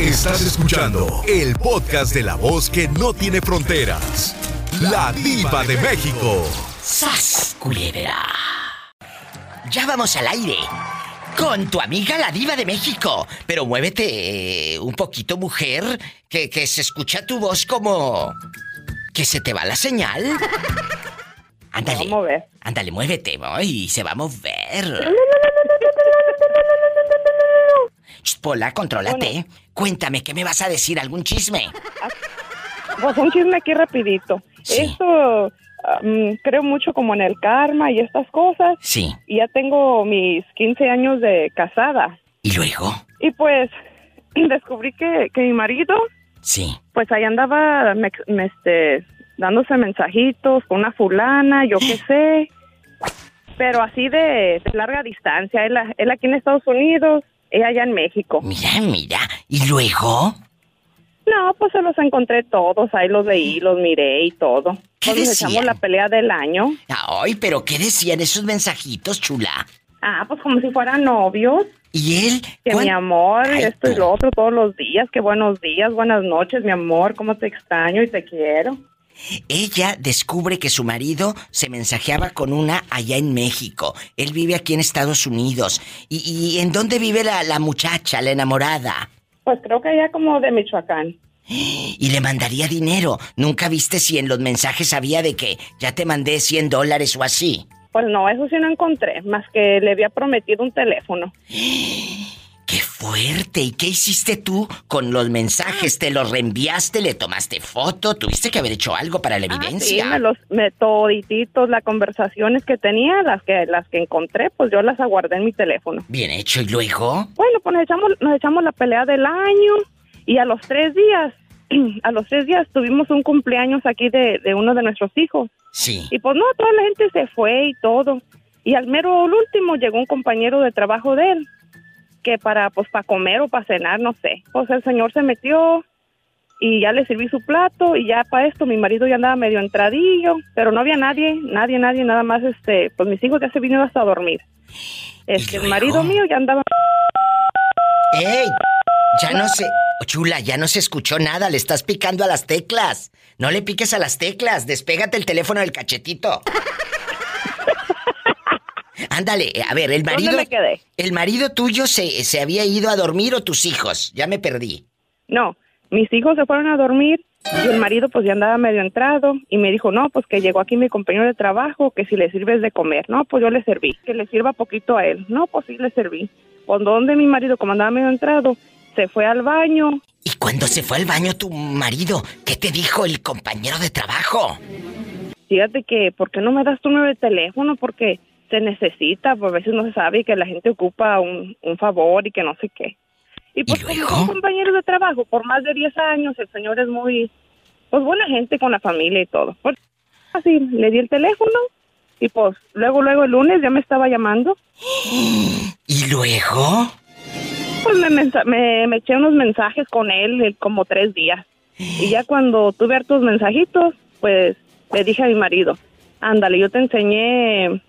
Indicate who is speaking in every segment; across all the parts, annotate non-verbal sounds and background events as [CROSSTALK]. Speaker 1: Estás escuchando el podcast de la voz que no tiene fronteras. La diva de México.
Speaker 2: ¡Sas, culebra! Ya vamos al aire. Con tu amiga la diva de México. Pero muévete eh, un poquito, mujer, que, que se escucha tu voz como... ¿Que se te va la señal?
Speaker 3: [LAUGHS]
Speaker 2: Ándale.
Speaker 3: Vamos a ver.
Speaker 2: Ándale, muévete, voy. Se va a mover. Sh, Pola, contrólate. Cuéntame, ¿qué me vas a decir? ¿Algún chisme?
Speaker 3: Pues un chisme aquí rapidito.
Speaker 2: Sí.
Speaker 3: Esto am, creo mucho como en el karma y estas cosas.
Speaker 2: Sí.
Speaker 3: Y ya tengo mis 15 años de casada.
Speaker 2: ¿Y luego?
Speaker 3: Y pues [CLEARS THROAT] descubrí que, que mi marido,
Speaker 2: Sí.
Speaker 3: pues ahí andaba me- me, este, dándose mensajitos con una fulana, yo qué sé. Pero así de, de larga distancia. Él, a- él aquí en Estados Unidos, ella allá en México.
Speaker 2: Mira, mira. ¿Y luego?
Speaker 3: No, pues se los encontré todos, ahí los leí, los miré y todo.
Speaker 2: ¿Qué
Speaker 3: Pues nos
Speaker 2: decían?
Speaker 3: echamos la pelea del año.
Speaker 2: Ay, pero ¿qué decían esos mensajitos, chula?
Speaker 3: Ah, pues como si fueran novios.
Speaker 2: ¿Y él?
Speaker 3: Que
Speaker 2: ¿Cuán-
Speaker 3: mi amor,
Speaker 2: Ay,
Speaker 3: esto y
Speaker 2: tú.
Speaker 3: lo otro todos los días, que buenos días, buenas noches, mi amor, cómo te extraño y te quiero.
Speaker 2: Ella descubre que su marido se mensajeaba con una allá en México. Él vive aquí en Estados Unidos. ¿Y, y en dónde vive la, la muchacha, la enamorada? [GASPS]
Speaker 3: Pues creo que allá como de Michoacán.
Speaker 2: Y le mandaría dinero. Nunca viste si en los mensajes había de que ya te mandé 100 dólares o así.
Speaker 3: Pues no, eso sí no encontré, más que le había prometido un teléfono.
Speaker 2: ¡Qué fuerte! ¿Y qué hiciste tú con los mensajes? ¿Te los reenviaste? ¿Le tomaste foto? ¿Tuviste que haber hecho algo para la
Speaker 3: Ah, sí,
Speaker 2: evidencia?
Speaker 3: me los me todititos, las conversaciones que tenía, las que las que encontré, pues yo las aguardé en mi teléfono.
Speaker 2: Bien hecho. ¿Y luego?
Speaker 3: Bueno, pues nos echamos, nos echamos la pelea del año y a los tres días, [CLEARS THROAT] a los tres días tuvimos un cumpleaños aquí de, de uno de nuestros hijos.
Speaker 2: Sí.
Speaker 3: Y pues no, toda la gente se fue y todo. Y al mero al último llegó un compañero de trabajo de él, que para, pues, para comer o para cenar, no sé. Pues el señor se metió y ya le serví su plato y ya para esto mi marido ya andaba medio entradillo, pero no había nadie, nadie, nadie, nada más, este, pues mis hijos ya se vinieron hasta a dormir. Este, el
Speaker 2: luego?
Speaker 3: marido mío ya andaba
Speaker 2: ¡Ey! Ya no se. oh, Chula, ya no se escuchó nada. Le estás picando a las teclas. No le piques a las teclas. Despégate el teléfono del
Speaker 3: [LAUGHS]
Speaker 2: cachetito. Ándale, a ver, el marido.
Speaker 3: me quedé?
Speaker 2: ¿El marido tuyo se, se había ido a dormir o tus hijos? Ya me perdí.
Speaker 3: No, mis hijos se fueron a dormir y el marido pues ya andaba medio entrado y me dijo, no, pues que llegó aquí mi compañero de trabajo, que si le sirves de comer, no, pues yo le serví, que le sirva poquito a él, no, pues sí le serví. Por donde mi marido, como andaba medio entrado, se fue al baño,
Speaker 2: ¿Y cuando se fue al baño tu marido? ¿Qué te dijo el compañero de trabajo?
Speaker 3: fíjate que, ¿por qué no me das tu número de teléfono? Porque se necesita, pues a veces no se sabe y que la gente ocupa un, un favor y que no sé qué. Y pues como
Speaker 2: luego?
Speaker 3: son compañeros de trabajo, por más de 10 años, el señor es muy, pues buena gente con la familia y todo. Pues, así, le di el teléfono y pues luego, luego el lunes ya me estaba llamando. [GASPS]
Speaker 2: ¿Y luego?
Speaker 3: Pues me, mensa- me, me eché unos mensajes con él eh, como tres días. Y ya cuando tuve hartos mensajitos, pues le dije a mi marido, ándale, yo te enseñé,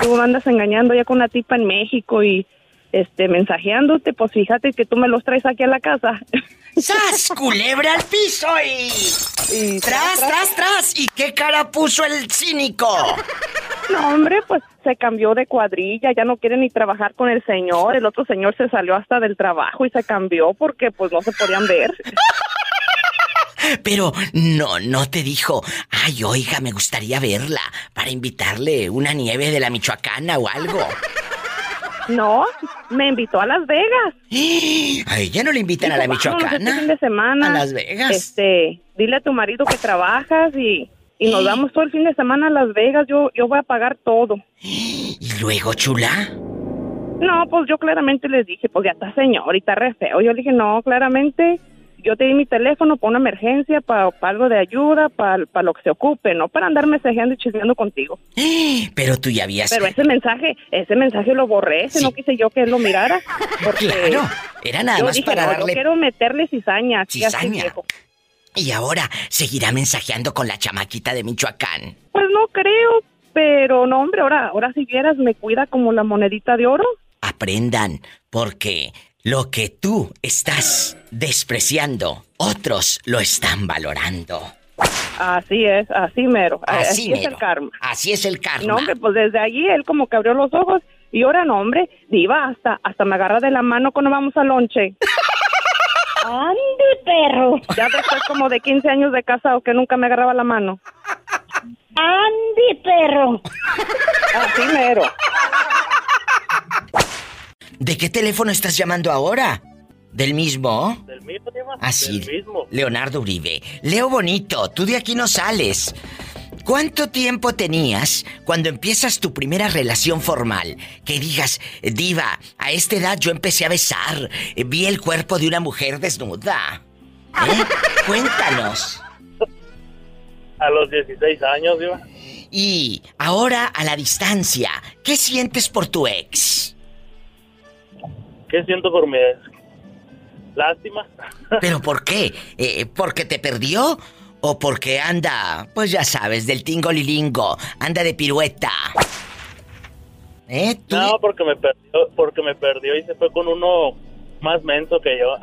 Speaker 3: tú me andas engañando ya con una tipa en México y este mensajeándote, pues fíjate que tú me los traes aquí a la casa. [LAUGHS]
Speaker 2: ¡Sas, culebra al piso y...
Speaker 3: Y
Speaker 2: ¡Tras, tras, tras! ¿Y qué cara puso el cínico?
Speaker 3: No, hombre, pues se cambió de cuadrilla, ya no quiere ni trabajar con el señor, el otro señor se salió hasta del trabajo y se cambió porque pues no se podían ver. [LAUGHS]
Speaker 2: Pero no, no te dijo, ay, oiga, me gustaría verla para invitarle una nieve de la Michoacana o algo.
Speaker 3: No, me invitó a Las Vegas. [GASPS]
Speaker 2: A ella no le invitan a la
Speaker 3: Vámonos este fin
Speaker 2: Michoacana.
Speaker 3: de semana.
Speaker 2: A Las Vegas.
Speaker 3: Este, dile a tu marido que trabajas y, y nos damos todo el fin de semana a Las Vegas. Yo, yo voy a pagar todo.
Speaker 2: ¿Y luego, chula?
Speaker 3: No, pues yo claramente les dije, pues ya está señor, y está re feo. Yo le dije, no, claramente yo te di mi teléfono para una emergencia, para, algo de ayuda, para, para lo que se ocupe, no para andar mensajeando y chismeando contigo.
Speaker 2: Pero tú [GASPS] ya habías...
Speaker 3: Pero ese mensaje, ese mensaje lo borré, ese
Speaker 2: Sí.
Speaker 3: no quise yo que él lo mirara. Porque
Speaker 2: Claro, era nada
Speaker 3: yo
Speaker 2: más
Speaker 3: dije,
Speaker 2: para
Speaker 3: no,
Speaker 2: darle...
Speaker 3: yo quiero meterle cizaña. aquí a este
Speaker 2: Cizaña.
Speaker 3: viejo.
Speaker 2: Y ahora seguirá mensajeando con la chamaquita de Michoacán.
Speaker 3: Pues no creo, pero no, hombre, ahora, ahora si vieras, me cuida como la monedita de oro.
Speaker 2: Aprendan, porque Lo que tú estás despreciando, otros lo están valorando.
Speaker 3: Así es, así mero. eh, Así, es
Speaker 2: mero.
Speaker 3: el karma.
Speaker 2: Así es el karma.
Speaker 3: No, hombre, pues desde allí él como que abrió los ojos y ahora no, hombre, diva, hasta, hasta me agarra de la mano cuando vamos al lonche.
Speaker 4: [LAUGHS] ¡Ande, perro!
Speaker 3: Ya después como de 15 años de casado que nunca me agarraba la mano.
Speaker 4: ¡Ande, perro!
Speaker 3: Así mero.
Speaker 2: ¿De qué teléfono estás llamando ahora? ¿Del mismo?
Speaker 5: Del mismo, Diva.
Speaker 2: Así.
Speaker 5: Del mismo.
Speaker 2: Ah, Leonardo Uribe. Leo Bonito, tú de aquí no sales. ¿Cuánto tiempo tenías cuando empiezas tu primera relación formal? Que digas, diva, a esta edad yo empecé a besar, eh, vi el cuerpo de una mujer desnuda.
Speaker 5: [LAUGHS]
Speaker 2: ¿Eh? Cuéntanos.
Speaker 5: A los 16 años, Diva.
Speaker 2: Y ahora a la distancia, ¿qué sientes por tu ex?
Speaker 5: ¿Qué siento por mi ex? Lástima.
Speaker 2: ¿Pero por qué? Eh, ¿Porque te perdió? ¿O porque anda, pues ya sabes, del tingolilingo? Anda de pirueta. ¿Eh? ¿Tú?
Speaker 5: No, porque me perdió, porque me perdió y se fue con uno más menso que yo.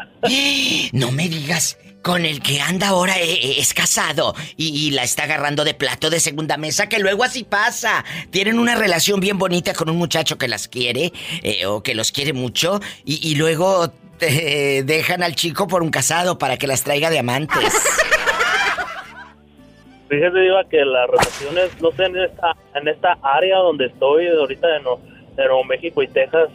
Speaker 2: No me digas, con el que anda ahora eh, eh, es casado y, y la está agarrando de plato de segunda mesa, que luego así pasa. Tienen una relación bien bonita con un muchacho que las quiere eh, o que los quiere mucho y, y luego te dejan al chico por un casado para que las traiga de amantes.
Speaker 5: Fíjese, Diva, que las relaciones, no sé, en esta, en esta área donde estoy ahorita de, no, de Nuevo México y Texas,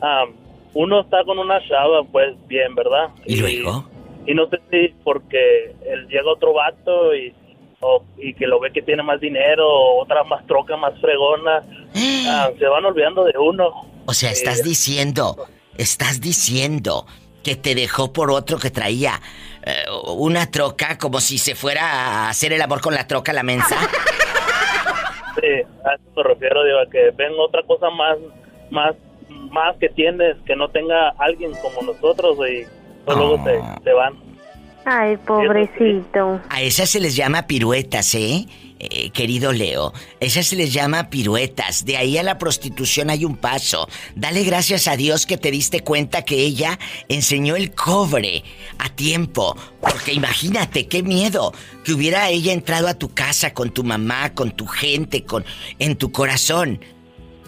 Speaker 5: am, uno está con una chava, pues bien, ¿verdad?
Speaker 2: [LAUGHS] ¿Y luego?
Speaker 5: Y no sé si porque él llega otro vato y, o- y que lo ve que tiene más dinero, o otra más troca, más fregona, ah, se van olvidando de uno.
Speaker 2: O sea, estás diciendo, estás diciendo que te dejó por otro que traía eh, una troca como si se fuera a hacer el amor con la troca a la mensa.
Speaker 5: Sí, a eso me refiero, digo, a que ven otra cosa más, más, más que tienes, que no tenga alguien como nosotros y pues, luego se, se van.
Speaker 4: Ay, pobrecito.
Speaker 2: A esas se les llama piruetas, ¿eh? Eh, querido Leo, esas se les llama piruetas. De ahí a la prostitución hay un paso. Dale gracias a Dios que te diste cuenta que ella enseñó el cobre a tiempo. Porque imagínate qué miedo que hubiera ella entrado a tu casa con tu mamá, con tu gente, con en tu corazón.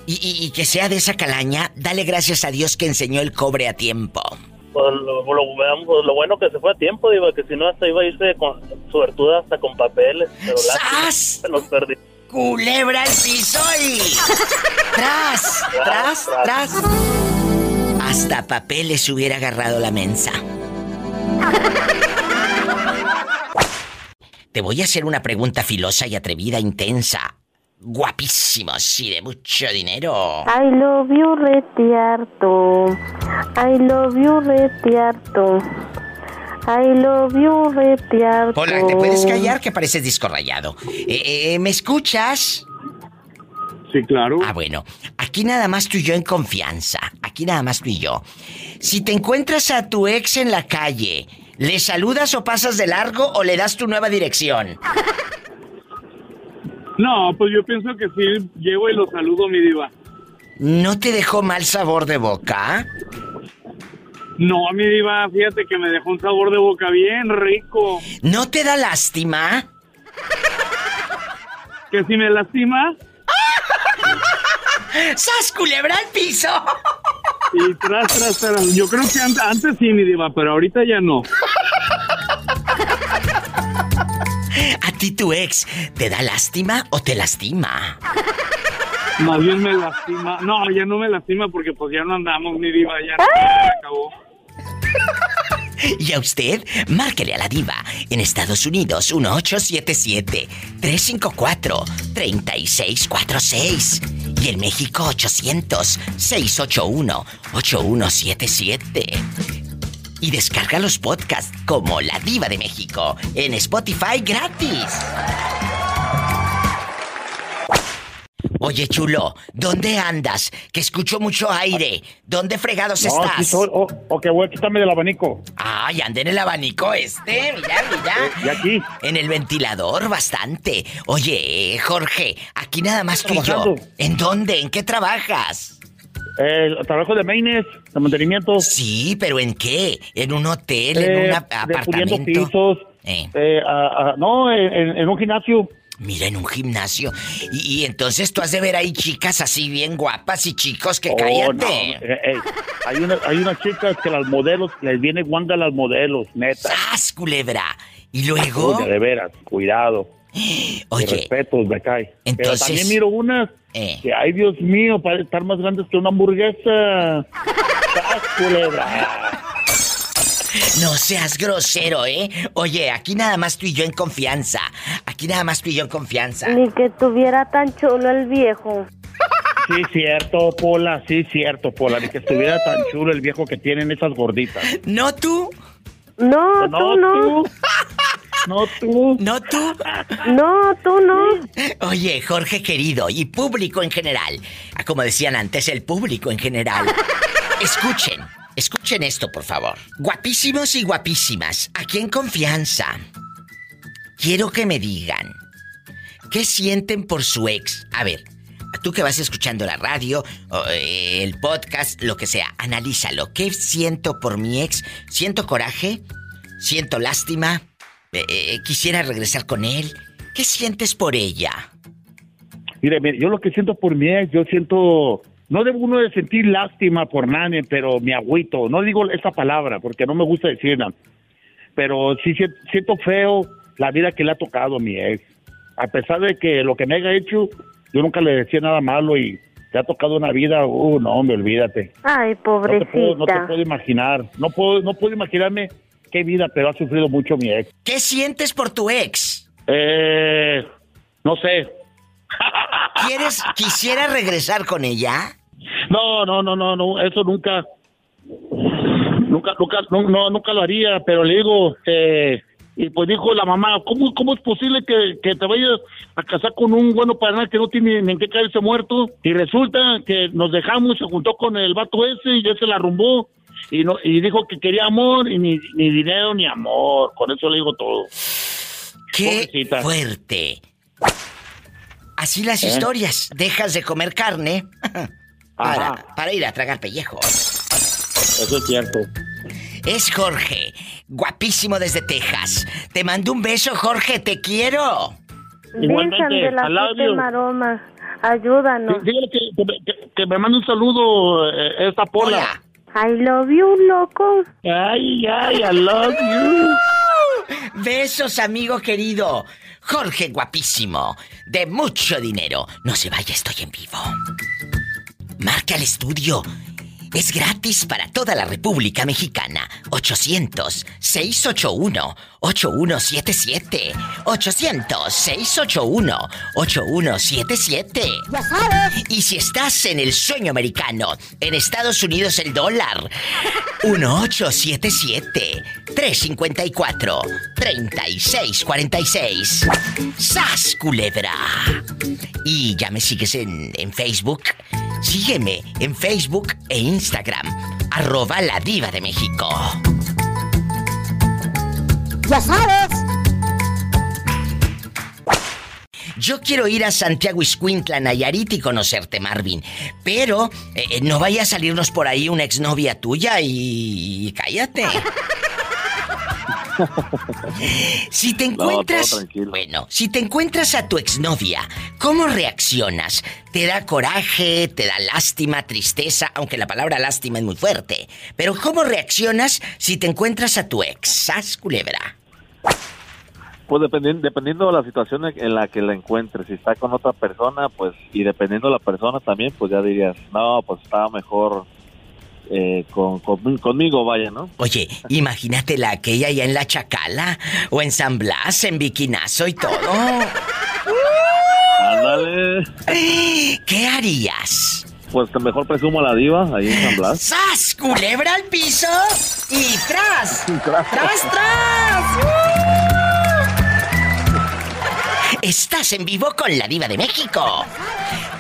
Speaker 2: Y, y- y que sea de esa calaña, dale gracias a Dios que enseñó el cobre a tiempo.
Speaker 5: Pues, lo, lo- pues, lo bueno que se fue a tiempo, digo, que si no hasta iba a irse con suertuda hasta con papeles. Pero lástima,
Speaker 2: ¡Sas!
Speaker 5: se los perdí.
Speaker 2: Culebra al piso y... Tras, tras, tras. Hasta papeles hubiera agarrado la mensa. Te voy a hacer una pregunta filosa y atrevida, intensa. Guapísimos y de mucho dinero.
Speaker 4: I love you, retiarto. I love you, retiarto. I love you, retiarto.
Speaker 2: Hola, ¿te puedes callar que pareces disco rayado? Eh, eh, ¿Me escuchas?
Speaker 6: Sí, claro.
Speaker 2: Ah, bueno. Aquí nada más tú y yo en confianza. Aquí nada más tú y yo. Si te encuentras a tu ex en la calle, ¿le saludas o pasas de largo o le das tu nueva dirección?
Speaker 6: [LAUGHS] No, pues yo pienso que sí, llego y lo saludo, mi diva.
Speaker 2: ¿No te dejó mal sabor de boca?
Speaker 6: No, mi diva, fíjate que me dejó un sabor de boca bien rico.
Speaker 2: ¿No te da lástima?
Speaker 6: Que si me lastima,
Speaker 2: ¡Sas culebra al piso!
Speaker 6: y tras, tras, tras. Yo creo que an- antes sí, mi diva, pero ahorita ya no.
Speaker 2: ¿A ti tu ex te da lástima o te lastima?
Speaker 6: Más bien me lastima. No, ya no me lastima porque pues ya no andamos, mi diva, ya no, ya acabó.
Speaker 2: [LAUGHS] Y a usted, márquele a la diva en Estados Unidos 1877-354-3646 y en México 800-681-8177. Y descarga los podcasts como La Diva de México en Spotify gratis. Oye, chulo, ¿dónde andas? Que escucho mucho aire. ¿Dónde fregados
Speaker 7: No,
Speaker 2: estás?
Speaker 7: aquí estoy. Oh, ok, voy a quitarme del abanico. Eh,
Speaker 2: Ay, anda en el abanico este, mira,
Speaker 7: Y
Speaker 2: mira.
Speaker 7: aquí,
Speaker 2: En el ventilador, bastante. Oye, eh, Jorge, aquí nada más tú y yo.
Speaker 7: Trabajando.
Speaker 2: ¿En dónde? ¿En qué trabajas?
Speaker 7: Eh, trabajo de maines, de mantenimiento.
Speaker 2: Sí, pero ¿en qué? ¿En un hotel?
Speaker 7: eh,
Speaker 2: ¿En un ap-
Speaker 7: de puliendo
Speaker 2: apartamento?
Speaker 7: pisos.
Speaker 2: Eh.
Speaker 7: eh, a- a- no, en, en un gimnasio.
Speaker 2: Mira, en un gimnasio. Y, y entonces tú has de ver ahí chicas así bien guapas y chicos que cállate.
Speaker 7: Oh, no, eh, eh, hay, una, hay unas chicas que las modelos, les viene guanda a las modelos, neta.
Speaker 2: ¡Sas, culebra! Y luego,
Speaker 7: Oye, de veras, cuidado. Oye.
Speaker 2: [GASPS] oye,
Speaker 7: respetos me cae. Pero
Speaker 2: Entonces-
Speaker 7: también miro unas
Speaker 2: Eh.
Speaker 7: que, ay, Dios mío, para estar más grandes que una hamburguesa. ¡Sas, culebra!
Speaker 2: no seas grosero, ¿eh? Oye, aquí nada más tú y yo en confianza. Aquí nada más tú y yo en confianza.
Speaker 4: Ni que tuviera tan chulo el viejo.
Speaker 7: Sí, cierto, Pola, sí, cierto, Pola. Ni que estuviera tan chulo el viejo que tienen esas gorditas.
Speaker 2: ¿No tú?
Speaker 4: No, tú no.
Speaker 7: tú. No, tú.
Speaker 2: ¿No tú?
Speaker 4: No, tú no.
Speaker 2: [LAUGHS] Oye, Jorge querido y público en general, ah, como decían antes, el público en general, escuchen, escuchen esto por favor. Guapísimos y guapísimas, aquí en confianza, quiero que me digan, ¿qué sienten por su ex? A ver, tú que vas escuchando la radio, o, eh, el podcast, lo que sea, analízalo. ¿Qué siento por mi ex? ¿Siento coraje? ¿Siento lástima? Eh, eh, ¿Quisiera regresar con él? ¿Qué sientes por ella?
Speaker 7: Mire, mire, yo lo que siento por mi ex, yo siento... No debo uno de sentir lástima por nadie, pero mi agüito. No digo esa palabra porque no me gusta decirla. Pero sí si- siento feo la vida que le ha tocado a mi ex. A pesar de que lo que me haya hecho, yo nunca le decía nada malo y te ha tocado una vida, uh, no, hombre, olvídate.
Speaker 4: Ay,
Speaker 7: No te, puedo, no te
Speaker 4: pobrecita.
Speaker 7: puedo imaginar. No puedo, no puedo imaginarme qué vida, pero ha sufrido mucho mi ex.
Speaker 2: ¿Qué sientes por tu ex?
Speaker 7: Eh, no sé.
Speaker 2: ¿Quieres, quisiera regresar con ella?
Speaker 7: No, no, no, no, no, eso nunca, nunca, nunca, no, no, nunca lo haría, pero le digo, eh, y pues dijo la mamá, ¿cómo, cómo es posible que, que te vayas a casar con un bueno para nada que no tiene ni en qué caerse muerto? Y resulta que nos dejamos, se juntó con el vato ese y ya se la arrumbó. Y, no, y dijo que quería amor y ni, ni dinero ni amor. Con eso le digo todo.
Speaker 2: ¡Qué
Speaker 7: Pobrecita.
Speaker 2: fuerte! Así las
Speaker 7: Eh.
Speaker 2: historias. Dejas de comer carne para,
Speaker 7: Ajá.
Speaker 2: para ir a tragar pellejo.
Speaker 7: Eso es cierto.
Speaker 2: Es Jorge, guapísimo desde Texas. Te mando un beso, Jorge, te quiero.
Speaker 7: Igualmente,
Speaker 4: Virgen de la
Speaker 7: I love
Speaker 4: siete
Speaker 7: you.
Speaker 4: maroma, ayúdanos.
Speaker 7: Dígale que, que me- que- que me mande un saludo eh, esta pola.
Speaker 2: Hola.
Speaker 4: I love you, loco.
Speaker 7: Ay, ay, I love you.
Speaker 2: [LAUGHS] Besos, amigo querido. Jorge, guapísimo. De mucho dinero. No se vaya, estoy en vivo. Marca al estudio. Es gratis para toda la República Mexicana. 800-681-8177. 800-681-8177. Y si estás en el sueño americano, en Estados Unidos el dólar, 1877-354-3646. ¡Sas, culebra! Y ya me sigues en, en Facebook. Sígueme en Facebook e Instagram. Arroba la diva de México. Yo quiero ir a Santiago Iscuintla, Nayarit y conocerte, Marvin. Pero eh, eh, no vaya a salirnos por ahí una exnovia tuya y... y cállate. Si te
Speaker 5: todo
Speaker 2: encuentras...
Speaker 5: tranquilo.
Speaker 2: bueno, si te encuentras a tu exnovia, ¿cómo reaccionas? ¿Te da coraje? ¿Te da lástima? ¿Tristeza? Aunque la palabra lástima es muy fuerte. Pero ¿cómo reaccionas si te encuentras a tu ex? ¡Sas, culebra!
Speaker 5: Pues dependiendo, dependiendo de la situación en- en la que la encuentres, si está con otra persona, pues, y dependiendo de la persona también, pues ya dirías, no, pues estaba mejor eh, con, con- conmigo, vaya, ¿no?
Speaker 2: Oye, imagínate la aquella allá en la Chacala o en San Blas, en Biquinazo y todo.
Speaker 5: Ándale,
Speaker 2: [GASPS] ¿Qué harías?
Speaker 5: pues mejor presumo a la diva ahí en San Blas.
Speaker 2: ¡Sas! Culebra al piso y tras. ¡Tras, tras! ¡Uh! Estás en vivo con la Diva de México.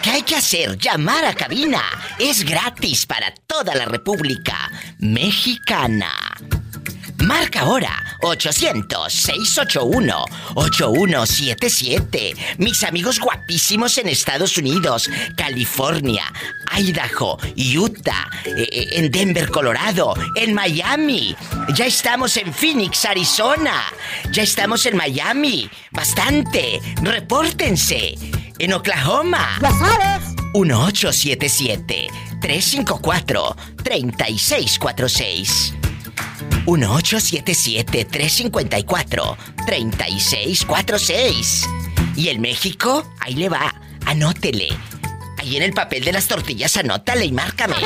Speaker 2: ¿Qué hay que hacer? Llamar a cabina. Es gratis para toda la República Mexicana. Marca ahora 800-681-8177. Mis amigos guapísimos en Estados Unidos, California, Idaho, Utah, eh, eh, en Denver, Colorado, en Miami. Ya estamos en Phoenix, Arizona. Ya estamos en Miami. Bastante. Repórtense. En Oklahoma.
Speaker 8: Ya sabes.
Speaker 2: 1877-354-3646. 1877-354-3646. Y el México, ahí le va, anótele. Ahí en el papel de las tortillas anótale y márcame.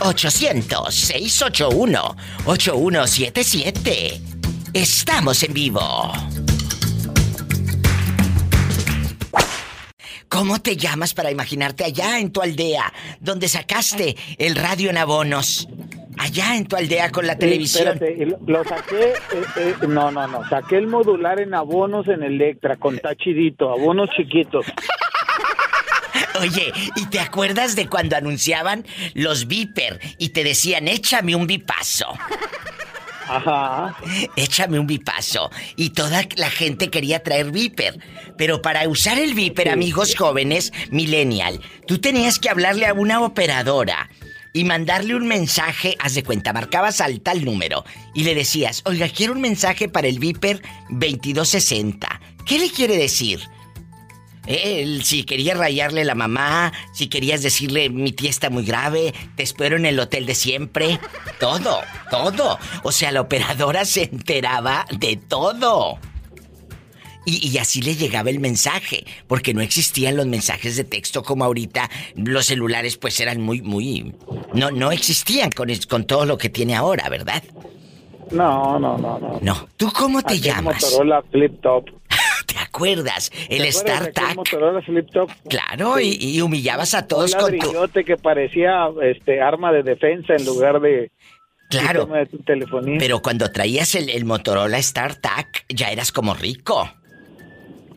Speaker 2: 800-681-8177. Estamos en vivo. ¿Cómo te llamas para imaginarte allá en tu aldea, donde sacaste el radio en abonos? Allá en tu aldea con la televisión.
Speaker 9: Espérate, lo- lo saqué, eh, eh, no, no, no, saqué el modular en abonos en Electra, con tachidito, abonos chiquitos.
Speaker 2: [LAUGHS] Oye, ¿y te acuerdas de cuando anunciaban los Viper y te decían, échame un bipazo?
Speaker 9: Ajá.
Speaker 2: Échame un bipazo. Y toda la gente quería traer Viper. Pero para usar el Viper, amigos jóvenes, millennial, tú tenías que hablarle a una operadora y mandarle un mensaje, haz de cuenta, marcabas al tal número y le decías, oiga, quiero un mensaje para el Viper 2260. ¿Qué le quiere decir? Él, si querías rayarle la mamá, si querías decirle mi tía está muy grave, te espero en el hotel de siempre. Todo, todo. O sea, la operadora se enteraba de todo. Y, y así le llegaba el mensaje, porque no existían los mensajes de texto como ahorita. Los celulares pues eran muy, muy... No, no existían con, es- con todo lo que tiene ahora, ¿verdad?
Speaker 9: No, no, no, no.
Speaker 2: No. ¿Tú cómo te
Speaker 9: Aquel
Speaker 2: llamas?
Speaker 9: Motorola Flip Top.
Speaker 2: [LAUGHS] ¿Te acuerdas? El
Speaker 9: ¿Te acuerdas de
Speaker 2: Star
Speaker 9: aquel
Speaker 2: Trek.
Speaker 9: Motorola Flip Top.
Speaker 2: Claro, y, y humillabas a
Speaker 9: Un
Speaker 2: todos con tu...
Speaker 9: ladrillote que parecía este arma de defensa en lugar de
Speaker 2: Claro,
Speaker 9: sistema de tu telefonía.
Speaker 2: pero cuando traías el, el Motorola StarTAC ya eras como rico.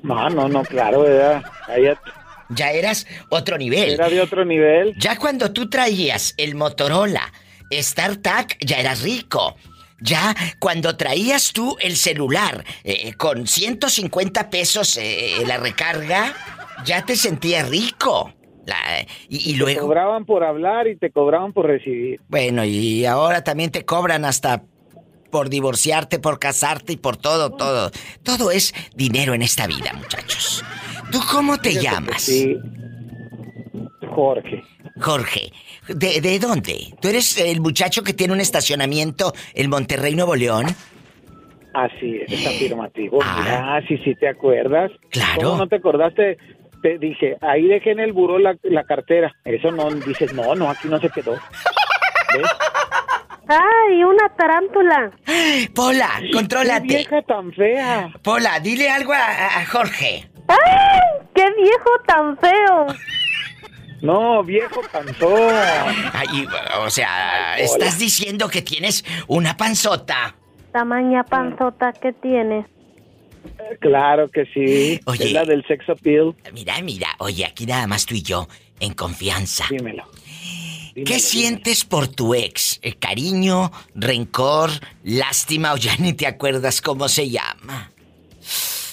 Speaker 9: No, no, no, claro, ¿verdad? Allá
Speaker 2: Ya eras otro nivel.
Speaker 9: era de otro nivel.
Speaker 2: Ya cuando tú traías el Motorola StarTAC ya eras rico. Ya cuando traías tú el celular eh, con 150 pesos eh, la recarga, ya te sentías rico. La- y, y
Speaker 9: Te
Speaker 2: luego...
Speaker 9: cobraban por hablar y te cobraban por recibir.
Speaker 2: Bueno, y ahora también te cobran hasta por divorciarte, por casarte y por todo, todo. Todo es dinero en esta vida, muchachos. ¿Tú cómo te
Speaker 9: Fíjate que
Speaker 2: llamas?
Speaker 9: Sí. Jorge.
Speaker 2: Jorge, ¿de, de dónde? ¿Tú eres el muchacho que tiene un estacionamiento en Monterrey, Nuevo León?
Speaker 9: Así es, es afirmativo.
Speaker 2: Ah.
Speaker 9: Ah, sí, sí, te acuerdas.
Speaker 2: Claro.
Speaker 9: ¿Cómo no te acordaste? Te dije, ahí dejé en el buró la, la cartera. Eso no, dices, no, no, aquí no se quedó. ¿Ves?
Speaker 10: ¡Ay, una tarántula!
Speaker 2: Pola,
Speaker 9: ¡Qué
Speaker 2: contrólate.
Speaker 9: vieja tan fea!
Speaker 2: Pola, dile algo a- a- a Jorge.
Speaker 10: ¡Ay, qué viejo tan feo!
Speaker 9: No, viejo panzón.
Speaker 2: Ay, o sea,
Speaker 9: Ay, Pola.
Speaker 2: estás diciendo que tienes una panzota.
Speaker 10: Tamaña panzota que tienes.
Speaker 9: Claro que sí.
Speaker 2: Oye.
Speaker 9: Es la del sex appeal.
Speaker 2: Mira, mira, oye, aquí nada más tú y yo, en confianza.
Speaker 9: Dímelo. Dímelo,
Speaker 2: ¿Qué
Speaker 9: dímelo.
Speaker 2: sientes por tu ex? ¿Eh, ¿Cariño, rencor, lástima o ya ni te acuerdas cómo se llama?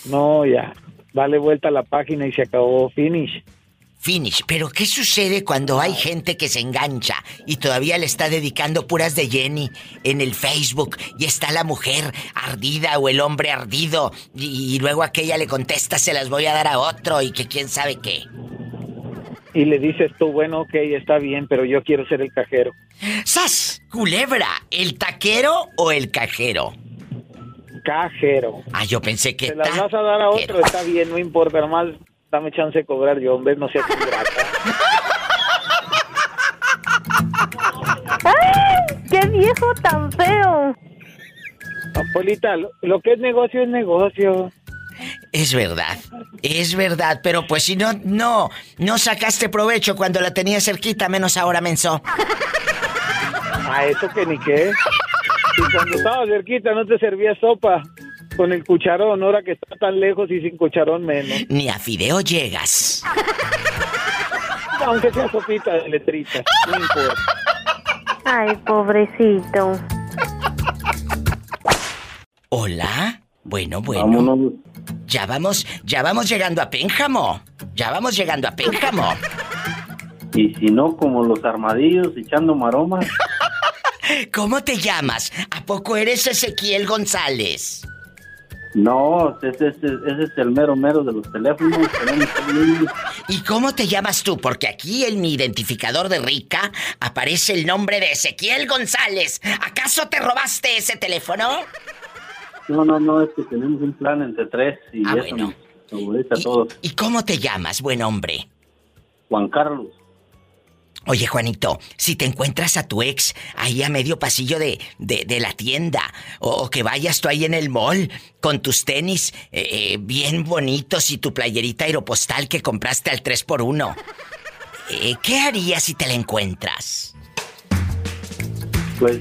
Speaker 9: No, ya. Dale vuelta a la página y se acabó. Finish.
Speaker 2: Finish, pero ¿qué sucede cuando hay gente que se engancha y todavía le está dedicando puras de Jenny en el Facebook y está la mujer ardida o el hombre ardido y, y luego aquella le contesta se las voy a dar a otro y que quién sabe qué?
Speaker 9: Y le dices tú, bueno, ok, está bien, pero yo quiero ser el cajero.
Speaker 2: ¡Sas! Culebra, ¿el taquero o el cajero?
Speaker 9: Cajero.
Speaker 2: Ah, yo pensé que...
Speaker 9: Te las
Speaker 2: ta-
Speaker 9: vas a dar a
Speaker 2: quero.
Speaker 9: otro, está bien, no importa, nomás dame chance de cobrar yo, hombre, no seas ingrata.
Speaker 10: [LAUGHS] ¡Ay, qué viejo tan feo!
Speaker 9: Polita, lo, lo que es negocio es negocio.
Speaker 2: Es verdad, es verdad, pero pues si no, no, no sacaste provecho cuando la tenías cerquita, menos ahora, menso.
Speaker 9: A eso que ni qué. Y cuando estaba cerquita no te servía sopa con el cucharón, ahora que está tan lejos y sin cucharón menos.
Speaker 2: Ni a fideo llegas.
Speaker 9: Aunque sea sopita de letrita, no importa.
Speaker 10: ¡Ay, pobrecito!
Speaker 2: Hola. Bueno, bueno.
Speaker 9: Vámonos.
Speaker 2: Ya vamos, ya vamos llegando a Pénjamo. Ya vamos llegando a Pénjamo.
Speaker 9: Y si no, como los armadillos echando maromas.
Speaker 2: ¿Cómo te llamas? ¿A poco eres Ezequiel González?
Speaker 9: No, ese, ese- ese es el mero mero de los teléfonos. tenemos que ir.
Speaker 2: ¿Y cómo te llamas tú? Porque aquí en mi identificador de rica aparece el nombre de Ezequiel González. ¿Acaso te robaste ese teléfono?
Speaker 9: No, no, no, es que tenemos un plan entre tres y
Speaker 2: Ah,
Speaker 9: eso
Speaker 2: bueno.
Speaker 9: nos favorece a todos.
Speaker 2: ¿Y, y cómo te llamas, buen hombre?
Speaker 9: Juan Carlos.
Speaker 2: Oye, Juanito, si te encuentras a tu ex ahí a medio pasillo de, de, de la tienda, o, o que vayas tú ahí en el mall con tus tenis eh, eh, bien bonitos y tu playerita aeropostal que compraste al 3x1, eh, ¿qué harías si te la encuentras?
Speaker 9: Pues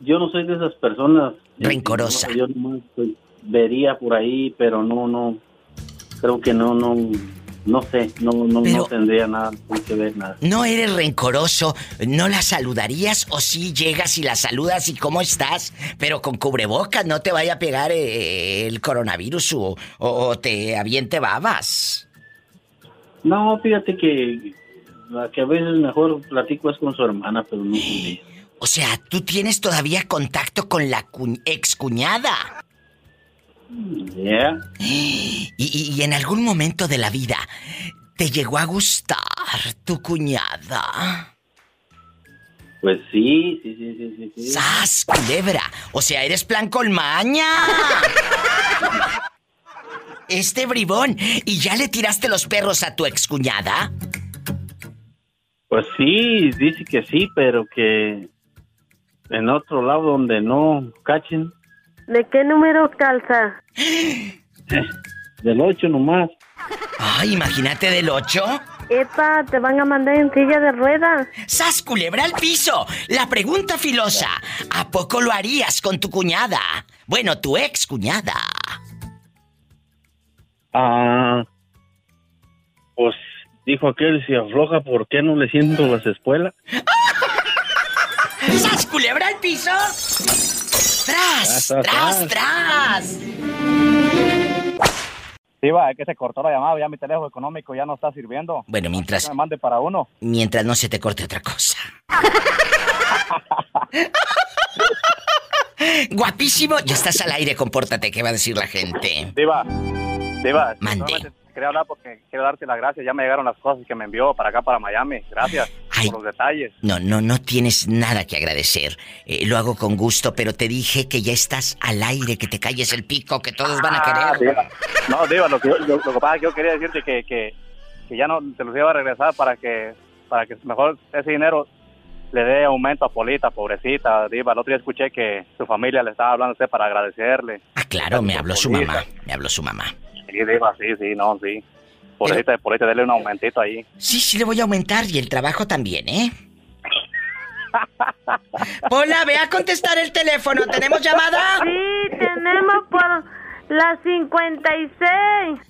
Speaker 9: yo no soy de esas personas. este,
Speaker 2: Rencorosa.
Speaker 9: Yo nomás, pues, vería por ahí, pero no, no. Creo que no, no. No sé, no, no,
Speaker 2: Pero-
Speaker 9: no tendría nada que ver, nada.
Speaker 2: ¿No eres rencoroso? ¿No la saludarías? ¿O sí llegas y la saludas y cómo estás? Pero con cubrebocas, no te vaya a pegar eh, el coronavirus o, o- o te aviente babas.
Speaker 9: No, fíjate que, la que a veces mejor platico es con su hermana, pero no con ella.
Speaker 2: O sea, tú tienes todavía contacto con la cu- excuñada.
Speaker 9: Yeah.
Speaker 2: [GASPS] Y, y- y en algún momento de la vida, ¿te llegó a gustar tu cuñada?
Speaker 9: Pues sí, sí, sí, sí, sí. sí.
Speaker 2: ¡Sas, culebra! O sea, eres plan colmaña. Este bribón, ¿y ya le tiraste los perros a tu excuñada?
Speaker 9: Pues sí, dice que sí, pero que en otro lado donde no cachen,
Speaker 10: ¿De qué número calza?
Speaker 9: ¿eh? del 8 nomás.
Speaker 2: Ay, imagínate del 8.
Speaker 10: Epa, te van a mandar en silla de ruedas.
Speaker 2: ¡Sas, culebra al piso! La pregunta filosa, ¿a poco lo harías con tu cuñada? Bueno, tu excuñada.
Speaker 9: Ah, pues dijo aquel, si afloja, ¿por qué no le siento las espuelas?
Speaker 2: ¡Sas culebra al piso! ¡Tras,
Speaker 9: Tras,
Speaker 2: tras,
Speaker 9: tras.
Speaker 2: tras!
Speaker 11: Sí, va, es que se cortó la llamada, ya mi teléfono económico ya no está sirviendo.
Speaker 2: Bueno, mientras,
Speaker 11: Que me mande para uno.
Speaker 2: mientras no se te corte otra cosa. Guapísimo, ya estás al aire, compórtate, ¿qué va a decir la gente?
Speaker 11: Diva, Diva,
Speaker 2: Mande.
Speaker 11: solamente quería hablar porque quiero darte las gracias. Ya me llegaron las cosas que me envió para acá, para Miami. Gracias
Speaker 2: Ay.
Speaker 11: por los detalles.
Speaker 2: No, no, no tienes nada que agradecer. Eh, lo hago con gusto, pero te dije que ya estás al aire, que te calles el pico, que todos van a
Speaker 11: Ah,
Speaker 2: querer.
Speaker 11: Diva. No, Diva, lo que, yo- lo, lo que pasa es que yo quería decirte que, que, que ya no te los iba a regresar para que, para que mejor ese dinero le dé aumento a Polita, pobrecita, Diva. El otro día escuché que su familia le estaba hablando a usted para agradecerle.
Speaker 2: Ah, claro, me habló su mamá, me habló su mamá.
Speaker 11: Sí, Diva, sí, sí, no, sí. Pobrecita de Polita, dele un aumentito ahí.
Speaker 2: Sí, sí, le voy a aumentar y el trabajo también, ¿eh? Hola,
Speaker 11: [LAUGHS]
Speaker 2: ve a contestar el teléfono. ¿Tenemos llamada?
Speaker 10: Sí, tenemos por la 56.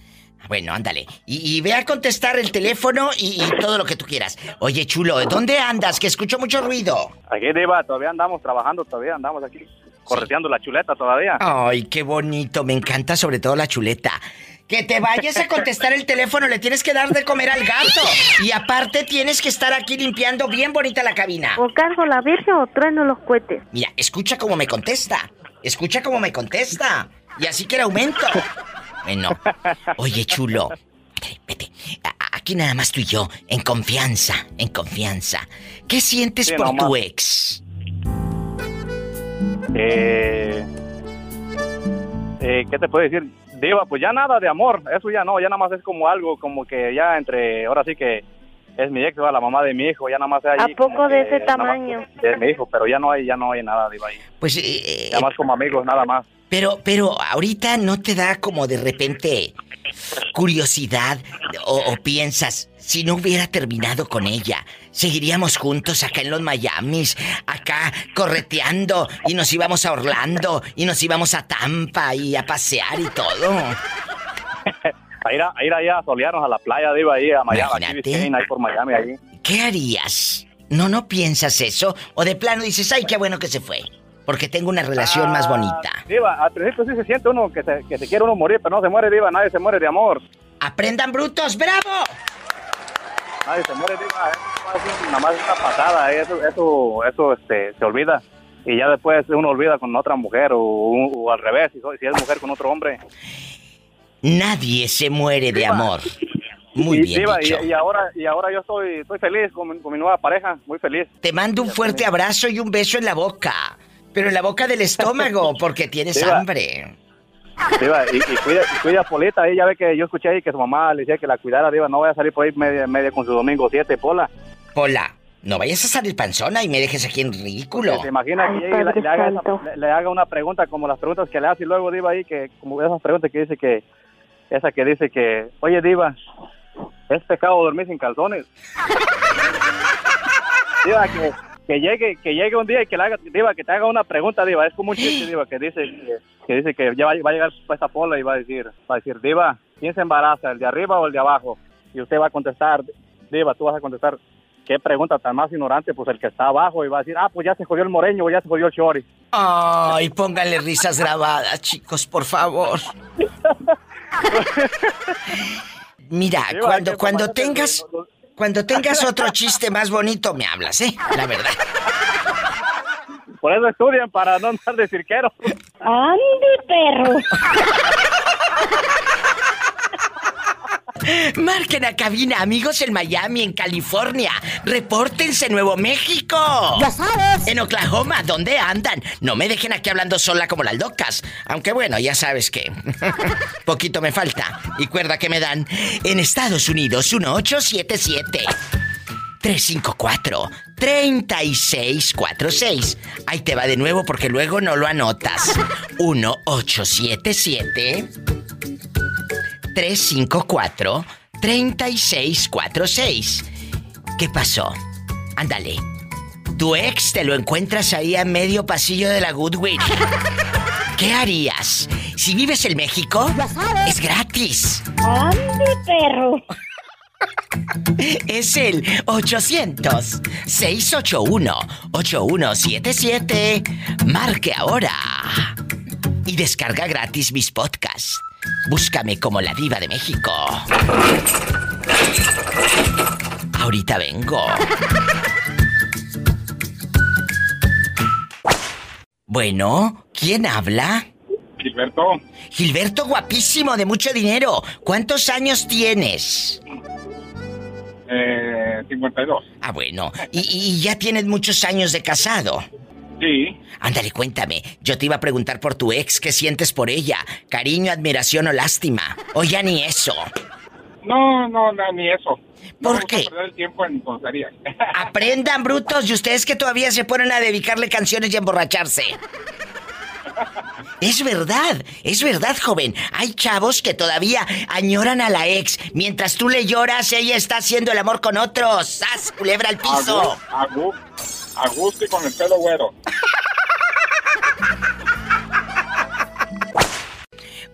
Speaker 2: Bueno, ándale. Y, y ve a contestar el teléfono y, y todo lo que tú quieras. Oye, chulo, ¿dónde andas? Que escucho mucho ruido.
Speaker 11: Aquí, Diva, todavía andamos trabajando, todavía andamos aquí correteando la chuleta todavía.
Speaker 2: Ay, qué bonito. Me encanta sobre todo la chuleta. Que te vayas a contestar el teléfono, le tienes que dar de comer al gato. Y aparte tienes que estar aquí limpiando bien bonita la cabina.
Speaker 10: O cargo la virgen o trueno los
Speaker 2: [LAUGHS]
Speaker 10: cohetes.
Speaker 2: Mira, escucha cómo me contesta. Escucha cómo me contesta. Y así que le aumento. Bueno. Oye, chulo. Vete, vete. A- a- Aquí nada más tú y yo, en confianza, en confianza. ¿Qué sientes
Speaker 11: Sí,
Speaker 2: por
Speaker 11: nomás.
Speaker 2: tu ex?
Speaker 11: Eh, eh, ¿Qué te puedo decir? Diva, pues ya nada de amor, eso ya no, ya nada más es como algo, como que ya entre, ahora sí que es mi ex, ¿verdad? la mamá de mi hijo, ya nada más es
Speaker 10: ¿A
Speaker 11: ahí. como
Speaker 10: poco de
Speaker 11: que
Speaker 10: ese
Speaker 11: nada más
Speaker 10: tamaño?
Speaker 11: De mi hijo, pero ya no hay, ya no hay nada, Diva, ahí.
Speaker 2: Pues, eh,
Speaker 11: Ya más como amigos, nada más.
Speaker 2: pero, pero ahorita no te da como de repente curiosidad o, o piensas, si no hubiera terminado con ella, seguiríamos juntos acá en los Miamis, acá correteando y nos íbamos a Orlando y nos íbamos a Tampa y a pasear y todo.
Speaker 11: A ir, a, a ir allá a solearnos a la playa, Diva, ahí a Miami, aquí
Speaker 2: Imagínate.
Speaker 11: Biscayne, ahí por Miami, ahí.
Speaker 2: ¿Qué harías? ¿No, no piensas eso? ¿O de plano dices, ay, qué bueno que se fue? Porque tengo una relación más bonita.
Speaker 11: Diva, al principio sí se siente uno que se, que se quiere uno morir, pero no se muere, Diva, nadie se muere de amor.
Speaker 2: ¡Aprendan brutos! ¡Bravo!
Speaker 11: Nadie se muere, Diva,
Speaker 12: ¿eh?
Speaker 11: es nada más una patada, eh, eso, eso, eso este, se olvida. Y ya después uno olvida con otra mujer o, o al revés, si, soy- si es mujer con otro hombre.
Speaker 2: Nadie se muere de
Speaker 11: [LAUGHS]
Speaker 2: amor. Muy
Speaker 11: Y,
Speaker 2: bien
Speaker 11: Diva, y,
Speaker 2: dicho.
Speaker 11: y ahora, y ahora yo estoy, estoy feliz con, mi- con mi nueva pareja, muy feliz.
Speaker 2: Te mando un fuerte abrazo y un beso en la boca. Pero en la boca del
Speaker 11: [LAUGHS]
Speaker 2: estómago, porque tienes
Speaker 11: Diva.
Speaker 2: hambre.
Speaker 11: Diva, y, y cuida, y cuida a Polita, ahí ya ve que yo escuché ahí que su mamá le decía que la cuidara, Diva, no vaya a salir por ahí media, media con su domingo 7, Pola.
Speaker 2: Pola, no vayas a salir panzona y me dejes aquí en ridículo.
Speaker 11: Que se imagina
Speaker 4: Ay,
Speaker 11: que llegue y le,
Speaker 4: Padre
Speaker 11: le haga esa-
Speaker 4: Santo.
Speaker 11: le- le haga una pregunta como las preguntas que le hace y luego Diva ahí que como esas preguntas que dice que esa que dice que oye Diva es pecado dormir sin calzones [LAUGHS] Diva que, que llegue que llegue un día y que le haga Diva que te haga una pregunta Diva es como un chiste Diva que dice que, que dice que ya va, va a llegar esta pola y va a decir va a decir Diva quién se embaraza el de arriba o el de abajo y usted va a contestar Diva tú vas a contestar qué pregunta tan más ignorante, pues el que está abajo y va a decir, ah, pues ya se jodió el moreño, ya se jodió el chori.
Speaker 2: Ay, pónganle risas grabadas, chicos, por
Speaker 11: [LAUGHS]
Speaker 2: favor. Mira,
Speaker 11: Sí, va,
Speaker 2: cuando,
Speaker 11: que
Speaker 2: cuando
Speaker 11: papá,
Speaker 2: tengas,
Speaker 11: no, no,
Speaker 2: cuando tengas otro chiste más bonito, me hablas, ¿eh? La verdad.
Speaker 11: Por eso estudian, para no andar de cirquero.
Speaker 4: ¡Andy,
Speaker 11: [LAUGHS]
Speaker 4: perro!
Speaker 2: Marquen a cabina, amigos en Miami, en California. Repórtense, Nuevo México. ¡Ya sabes! En Oklahoma, ¿dónde andan? No me dejen aquí hablando sola como las locas. Aunque bueno, ya sabes que. [LAUGHS] Poquito me falta. Y cuerda que me dan. En Estados Unidos, 1877. 354 3646. Ahí te va de nuevo porque luego no lo [LAUGHS] anotas. 1877 354 3646. ¿Qué pasó? Ándale. Tu ex te lo encuentras ahí a medio pasillo de la Goodwill. ¿Qué harías? Si vives en México, es gratis.
Speaker 4: ¡Andy, perro!
Speaker 2: Es el 800-681-8177. Marque ahora. Y descarga gratis mis podcasts. Búscame como la diva de México. Ahorita vengo. Bueno, ¿quién habla?
Speaker 6: Gilberto,
Speaker 2: Gilberto guapísimo, de mucho dinero. ¿Cuántos años tienes?
Speaker 6: eh, 52.
Speaker 2: Ah, bueno. Y, y- y ya tienes muchos años de casado.
Speaker 6: Sí,
Speaker 2: Ándale, cuéntame. Yo te iba a preguntar por tu ex, ¿qué sientes por ella? ¿Cariño, admiración o lástima? O ya ni eso.
Speaker 6: no, no, no, ni eso. No
Speaker 2: ¿Por
Speaker 6: me gusta
Speaker 2: qué?
Speaker 6: perder el tiempo en tonterías.
Speaker 2: Aprendan, brutos, y ustedes que todavía se ponen a dedicarle canciones y a emborracharse. Es verdad, es verdad, joven. Hay chavos que todavía añoran a la ex. Mientras tú le lloras, ella está haciendo el amor con otros. ¡Sas, culebra al
Speaker 6: A
Speaker 4: Ah,
Speaker 2: piso!
Speaker 6: gu- A, gu- a gusto y con el pelo güero.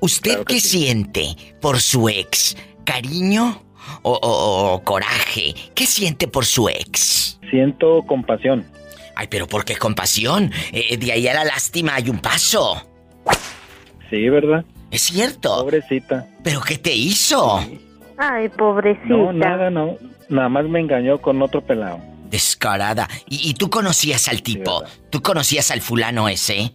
Speaker 2: ¿Usted
Speaker 6: Claro que
Speaker 2: qué
Speaker 6: sí.
Speaker 2: siente por su ex? ¿Cariño o, o- o coraje? ¿Qué siente por su ex?
Speaker 12: Siento compasión.
Speaker 2: Ay, pero ¿por qué compasión? Eh, de ahí a la lástima hay un paso.
Speaker 12: Sí, ¿verdad?
Speaker 2: Es cierto.
Speaker 12: Pobrecita.
Speaker 2: ¿Pero qué te hizo?
Speaker 4: ¡Ay, pobrecita!
Speaker 12: [LAUGHS] No, nada, no. Nada más me engañó con otro pelado.
Speaker 2: Descarada. ¿Y, y tú conocías al tipo?
Speaker 12: verdad.
Speaker 2: ¿Tú conocías al fulano ese?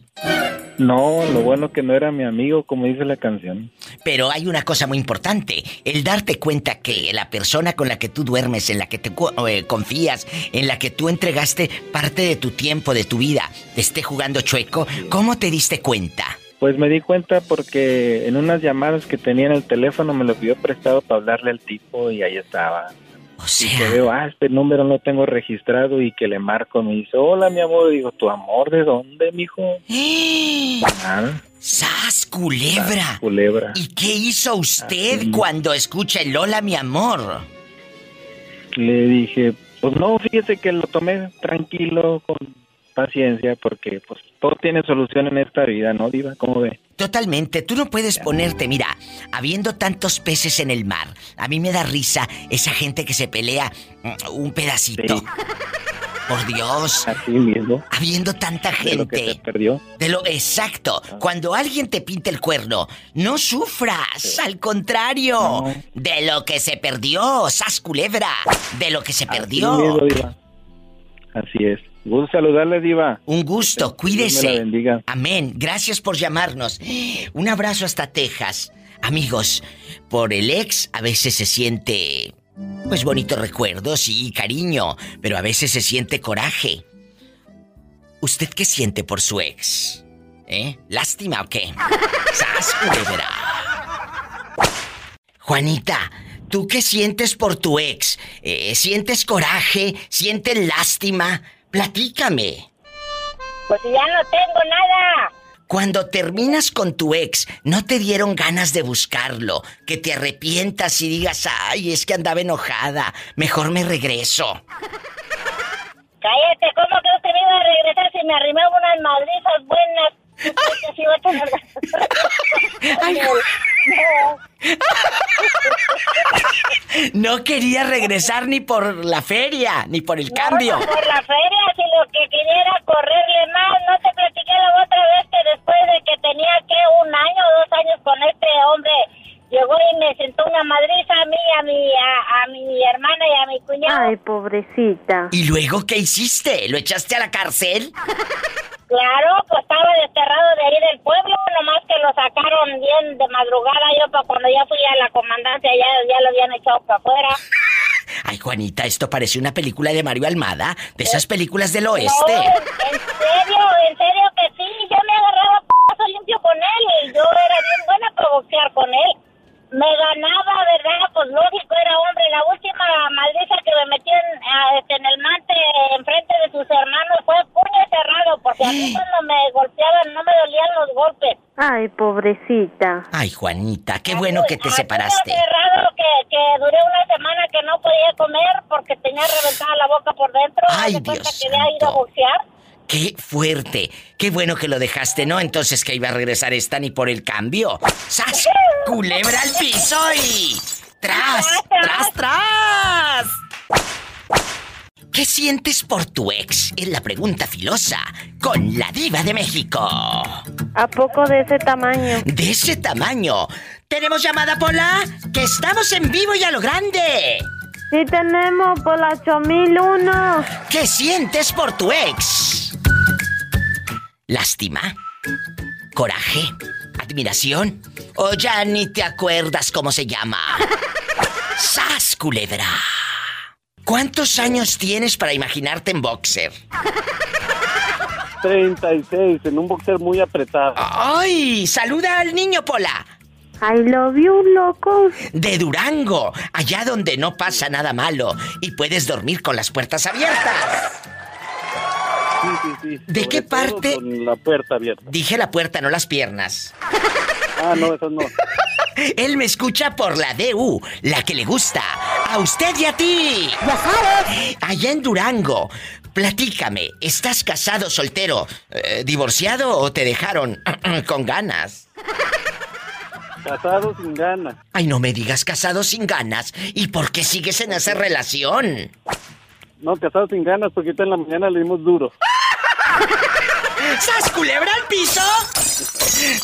Speaker 12: No, lo bueno que no era mi amigo, como dice la canción.
Speaker 2: Pero hay una cosa muy importante, el darte cuenta que la persona con la que tú duermes, en la que te cu- eh, confías, en la que tú entregaste parte de tu tiempo, de tu vida, te esté jugando chueco, ¿cómo te diste cuenta?
Speaker 12: Pues me di cuenta porque en unas llamadas que tenía en el teléfono me lo pidió prestado para hablarle al tipo y ahí estaba.
Speaker 2: O
Speaker 12: Y que
Speaker 2: sea,
Speaker 12: veo, ah, este número no lo tengo registrado y que le marco. Me dice, hola, mi amor. Digo, ¿tu amor de dónde, mijo?
Speaker 2: ¡eh!
Speaker 12: Ah,
Speaker 2: ¡Sas, culebra!
Speaker 12: culebra. Ah,
Speaker 2: ¿Y qué hizo usted
Speaker 12: Así.
Speaker 2: cuando escucha el hola, mi amor?
Speaker 12: Le dije, pues no, fíjese que lo tomé tranquilo, con paciencia, porque pues todo tiene solución en esta vida, ¿no, Diva? ¿Cómo ve?
Speaker 2: Totalmente, tú no puedes ponerte, mira, habiendo tantos peces en el mar, a mí me da risa esa gente que se pelea mm, un pedacito. [LAUGHS] Por Dios.
Speaker 12: Así mismo.
Speaker 2: Habiendo tanta gente.
Speaker 12: De lo que se perdió. Ah.
Speaker 2: De lo exacto. Cuando alguien te pinta el cuerno, no sufras. Al contrario. De lo que se perdió. Sas culebra. De lo que se perdió.
Speaker 12: Así mismo, diva. Así es. Gusto saludarle, Diva.
Speaker 2: Un gusto,
Speaker 12: Dios me la
Speaker 2: cuídese.
Speaker 12: bendiga.
Speaker 2: Amén. Gracias por llamarnos. Un abrazo hasta Texas. Amigos, por el ex a veces se siente pues bonitos recuerdos y cariño, pero a veces se siente coraje. ¿Usted qué siente por su ex? ¿Eh? ¿Lástima o qué? ¡Sas, culebra! Juanita, ¿tú qué sientes por tu ex? Eh, ¿Sientes coraje? ¿Sientes lástima? Platícame.
Speaker 4: Pues ya no tengo nada.
Speaker 2: Cuando terminas con tu ex, ¿no te dieron ganas de buscarlo? Que te arrepientas y digas, ay, es que andaba enojada, mejor me regreso.
Speaker 4: Cállate, ¿cómo crees que me iba a regresar si me arrimé unas madrizas buenas? Porque sí iba a tener- No,
Speaker 2: No quería regresar ni por la feria, ni por el cambio.
Speaker 4: no, por la feria, si lo que quería era correrle más, no te platiqué la otra vez que después de que tenía que un año o dos años con este hombre, llegó y me sentó una madriza a mí, a mi, a, a mi hermana y a mi cuñado.
Speaker 13: Ay, pobrecita.
Speaker 2: ¿Y luego qué hiciste? ¿Lo echaste a la cárcel?
Speaker 4: Claro, pues estaba desterrado de ahí del pueblo, nomás que lo sacaron bien de madrugada. Yo, pa' cuando ya fui a la comandancia, ya, ya lo habían echado para afuera.
Speaker 2: Ay, Juanita, esto parece una película de Mario Almada, de esas películas del
Speaker 4: No,
Speaker 2: oeste.
Speaker 4: en serio, en serio que sí. Yo me agarraba p***azo limpio con él y yo era bien buena para boxear con él. Me ganaba, ¿verdad? Pues lógico, era hombre. La última maldiza que me metió en, a- este, en el mante enfrente de sus hermanos fue puño cerrado, porque a mí cuando me golpeaban no me dolían los golpes.
Speaker 13: Ay, pobrecita.
Speaker 2: Ay, Juanita, qué bueno que te separaste.
Speaker 4: Qué raro que, que duré una semana que no podía comer porque tenía reventada la boca por dentro.
Speaker 2: Ay,
Speaker 4: Haz de cuenta
Speaker 2: Dios
Speaker 4: que había ido a
Speaker 2: santo.
Speaker 4: boxear.
Speaker 2: ¡Qué fuerte! ¡Qué bueno que lo dejaste, ¿no? Entonces que iba a regresar esta ni por el cambio. ¡Sas! ¡Culebra al piso y... ¡Tras! ¡Tras, tras! ¿Qué sientes por tu ex? Es la pregunta filosa con la diva de México.
Speaker 13: ¿A poco de ese tamaño?
Speaker 2: De ese tamaño. ¿Tenemos llamada, Pola? ¡Que estamos en vivo y a lo grande!
Speaker 13: Sí tenemos por la 8001.
Speaker 2: ¿Qué sientes por tu ex? ¿Lástima? ¿Coraje? ¿Admiración? ¿O ya ni te acuerdas cómo se llama? ¡Sas, culebra! ¿Cuántos años tienes para imaginarte en boxer?
Speaker 12: 36, en un boxer muy apretado.
Speaker 2: ¡Ay! ¡Saluda al niño, Pola!
Speaker 13: I love you, loco.
Speaker 2: De Durango, allá donde no pasa nada malo y puedes dormir con las puertas abiertas.
Speaker 12: Sí, sí, sí.
Speaker 2: ¿De
Speaker 12: Sobre
Speaker 2: qué
Speaker 12: todo
Speaker 2: parte?
Speaker 12: Con la puerta abierta.
Speaker 2: Dije la puerta, no las piernas.
Speaker 12: Ah, no, eso no.
Speaker 2: Él me escucha por la DU, la que le gusta. A usted y a ti. Allá en Durango. Platícame, ¿estás casado, soltero, eh, divorciado o te dejaron [CLEARS THROAT] con ganas?
Speaker 12: Casado sin ganas.
Speaker 2: Ay, no me digas casado sin ganas. ¿Y por qué sigues en esa relación?
Speaker 12: No, casado sin ganas porque ahorita en la mañana le dimos duro.
Speaker 2: ¡Sas culebra al piso!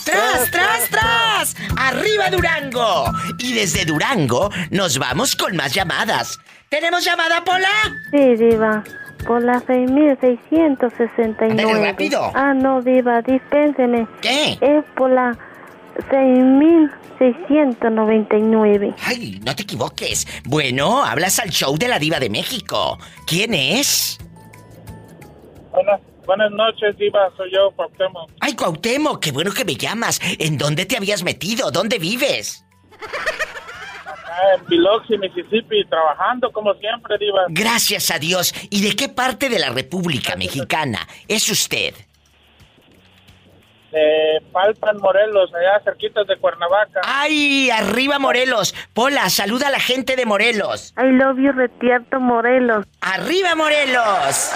Speaker 2: ¡Tras, tras, tras! ¡Arriba Durango! Y desde Durango nos vamos con más llamadas. ¿Tenemos llamada, Pola?
Speaker 13: Sí, diva. Por la 6669.
Speaker 2: Ándale, rápido.
Speaker 13: Ah, no, diva, dispénseme.
Speaker 2: ¿Qué?
Speaker 13: Es por la 6699.
Speaker 2: Ay, no te equivoques. Bueno, hablas al show de la diva de México. ¿Quién es?
Speaker 7: Buenas, buenas noches, Diva. Soy yo, Cuauhtémoc.
Speaker 2: Ay, Cuauhtémoc, qué bueno que me llamas. ¿En dónde te habías metido? ¿Dónde vives?
Speaker 7: Acá en Biloxi, Mississippi, trabajando como siempre, Diva.
Speaker 2: Gracias a Dios. ¿Y de qué parte de la República Mexicana es usted?
Speaker 7: De Palpan, Morelos, allá cerquitas de Cuernavaca.
Speaker 2: Ay, arriba Morelos. Pola, saluda a la gente de Morelos.
Speaker 13: I love you, Retierto Morelos.
Speaker 2: Arriba Morelos.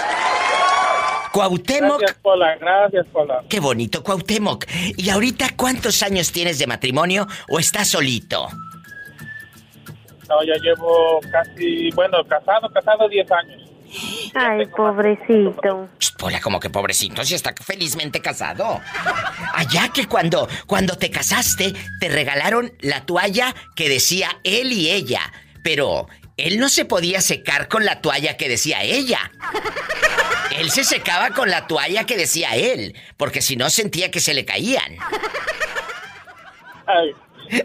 Speaker 2: Cuauhtémoc.
Speaker 7: Gracias, Pola. Gracias, Pola.
Speaker 2: Qué bonito, Cuauhtémoc. ¿Y ahorita cuántos años tienes de matrimonio o estás solito?
Speaker 7: No, ya llevo casi, bueno, casado, casado 10 años.
Speaker 13: Ay, pobrecito.
Speaker 2: Hola, como que pobrecito, si está felizmente casado. Allá que cuando, cuando te casaste, te regalaron la toalla que decía él y ella. Pero él no se podía secar con la toalla que decía ella. Él se secaba con la toalla que decía él, porque si no sentía que se le caían.
Speaker 14: Ay,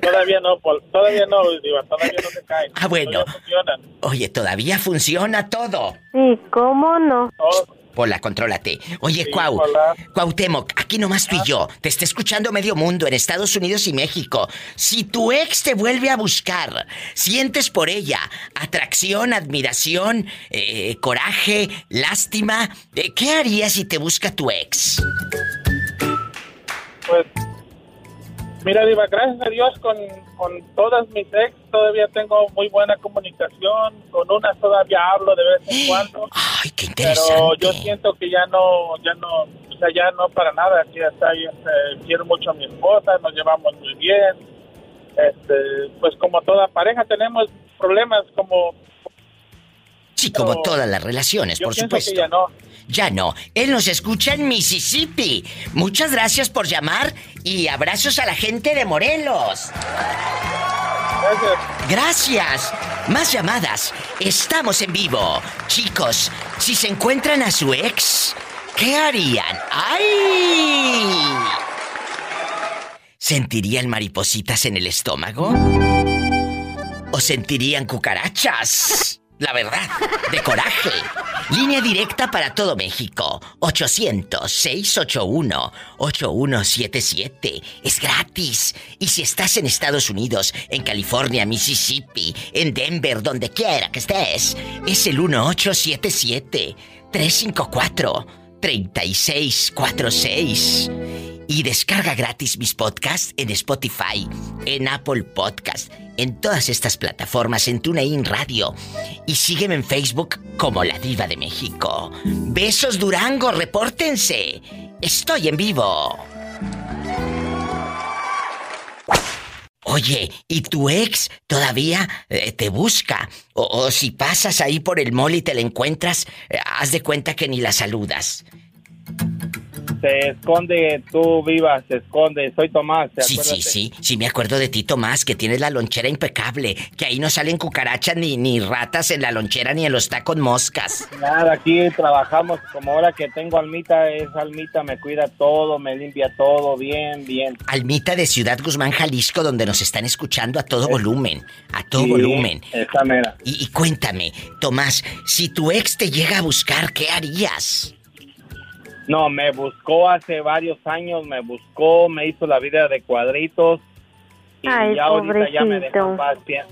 Speaker 14: todavía no, Pol, todavía no, Diva, todavía no se caen.
Speaker 2: Ah, bueno.
Speaker 14: Todavía funcionan.
Speaker 2: Oye, todavía funciona todo.
Speaker 13: ¿Y cómo no?
Speaker 12: Oh,
Speaker 2: Pola, contrólate. Oye, Cuau. Cuauhtémoc, aquí nomás tú y yo. Te está escuchando medio mundo en Estados Unidos y México. Si tu ex te vuelve a buscar, sientes por ella atracción, admiración, eh, coraje, lástima. eh, ¿Qué harías si te busca tu ex?
Speaker 14: Pues, mira, Diva, gracias a Dios con, con todas mis ex todavía tengo muy buena comunicación. Con unas todavía hablo de vez en cuando.
Speaker 2: [GASPS] Ay, qué
Speaker 14: Pero yo siento que ya no, ya no, o sea, ya no para nada. Aquí está, y, este, quiero mucho a mi esposa, nos llevamos muy bien. Este, pues como toda pareja tenemos problemas como...
Speaker 2: Sí, como todas las relaciones,
Speaker 14: yo
Speaker 2: por
Speaker 14: pienso que
Speaker 2: supuesto.
Speaker 14: ya no.
Speaker 2: Ya no. Él nos escucha en Mississippi. Muchas gracias por llamar y abrazos a la gente de Morelos. Gracias. Más llamadas. Estamos en vivo. Chicos, si se encuentran a su ex, ¿qué harían? ¡Ay! ¿Sentirían maripositas en el estómago? ¿O sentirían cucarachas? La verdad, de coraje. Línea directa para todo México. 800-681-8177. Es gratis. Y si estás en Estados Unidos, en California, Mississippi, en Denver, donde quiera que estés, es el 1877-354-3646. Y descarga gratis mis podcasts en Spotify, en Apple Podcast, en todas estas plataformas, en TuneIn Radio. Y sígueme en Facebook como La Diva de México. Besos Durango, repórtense. Estoy en vivo. Oye, ¿y tu ex todavía eh, te busca? O, o si pasas ahí por el mall y te la encuentras, eh, haz de cuenta que ni la saludas.
Speaker 12: Se esconde, tú viva, se esconde. Soy Tomás, ¿te
Speaker 2: Sí, sí,
Speaker 12: acuerdas?
Speaker 2: sí, sí me acuerdo de ti, Tomás, que tienes la lonchera impecable, que ahí no salen cucarachas ni, ni ratas en la lonchera ni en los tacos moscas.
Speaker 12: Nada, aquí trabajamos. Como ahora que tengo Almita, es Almita, me cuida todo, me limpia todo, bien, bien.
Speaker 2: Almita de Ciudad Guzmán, Jalisco, donde nos están escuchando a todo volumen, a todo
Speaker 12: Sí,
Speaker 2: volumen.
Speaker 12: Esa mera.
Speaker 2: Y, y cuéntame, Tomás, si tu ex te llega a buscar, ¿qué harías?
Speaker 12: No, me buscó hace varios años, me buscó, me hizo la vida de cuadritos. Y
Speaker 13: Ay,
Speaker 12: ya ahorita ya me dejó
Speaker 13: pobrecito.
Speaker 12: en paz. bien.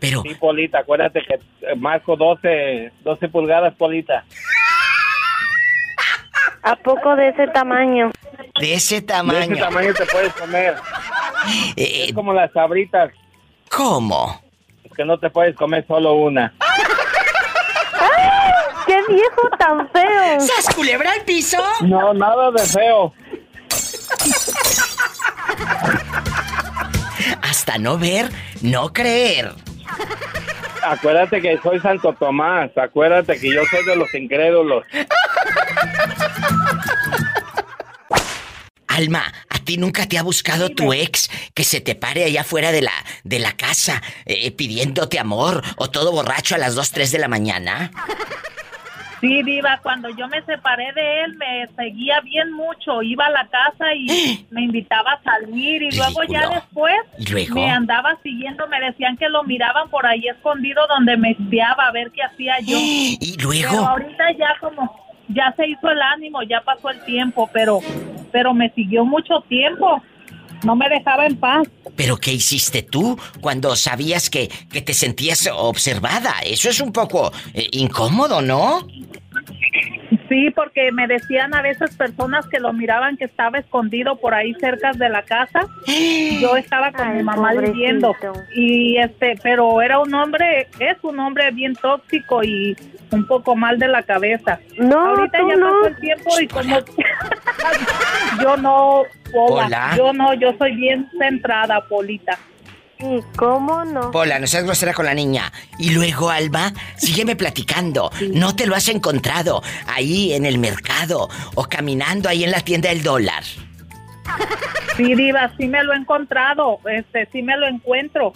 Speaker 2: Pero,
Speaker 12: Sí, Polita, acuérdate que eh, marco 12, 12 pulgadas, Polita.
Speaker 13: ¿A poco de ese tamaño?
Speaker 2: de ese
Speaker 12: De
Speaker 2: tamaño.
Speaker 12: ese tamaño te puedes comer.
Speaker 2: Eh,
Speaker 12: Es como las sabritas,
Speaker 2: ¿Cómo?
Speaker 12: que no te puedes comer solo una.
Speaker 13: ¡Qué viejo tan feo!
Speaker 2: ¿Sas culebra al piso?
Speaker 12: No, nada de feo.
Speaker 2: Hasta no ver, no creer.
Speaker 12: Acuérdate que soy Santo Tomás, acuérdate que yo soy de los incrédulos.
Speaker 2: Alma, ¿a ti nunca te ha buscado tu ex que se te pare allá afuera de la, de la casa eh, pidiéndote amor o todo borracho a las 2, 3 de la mañana?
Speaker 15: Sí, Diva, cuando yo me separé de él, me seguía bien mucho. Iba a la casa
Speaker 2: [GASPS]
Speaker 15: y me invitaba a salir. Y luego ya
Speaker 2: Ridículo.
Speaker 15: después
Speaker 2: ¿Y luego?
Speaker 15: me andaba siguiendo. Me decían que lo miraban por ahí escondido donde me espiaba a ver qué hacía yo.
Speaker 2: [GASPS] ¿Y luego?
Speaker 15: Pero ahorita ya como, ya se hizo el ánimo, ya pasó el tiempo, pero, pero me siguió mucho tiempo. No me dejaba en paz.
Speaker 2: ¿Pero qué hiciste tú cuando sabías que, que te sentías observada? Eso es un poco eh, incómodo, ¿no?
Speaker 15: Sí, porque me decían a veces personas que lo miraban que estaba escondido por ahí cerca de la casa. Yo estaba con mi mamá
Speaker 13: pobrecito.
Speaker 15: viviendo y este, pero era un hombre, es un hombre bien tóxico y un poco mal de la cabeza.
Speaker 13: No,
Speaker 15: ahorita
Speaker 13: tú
Speaker 15: ya
Speaker 13: no.
Speaker 15: pasó el tiempo y como [LAUGHS] yo no, Pola,
Speaker 2: Hola.
Speaker 15: yo no, yo soy bien centrada, Polita.
Speaker 13: Sí, ¿cómo no?
Speaker 2: Pola, no seas grosera con la niña. Y luego, Alba, sígueme platicando. No te lo has encontrado ahí en el mercado o caminando ahí en la tienda del dólar.
Speaker 15: Sí, Diva, sí me lo he encontrado, este, sí me lo encuentro.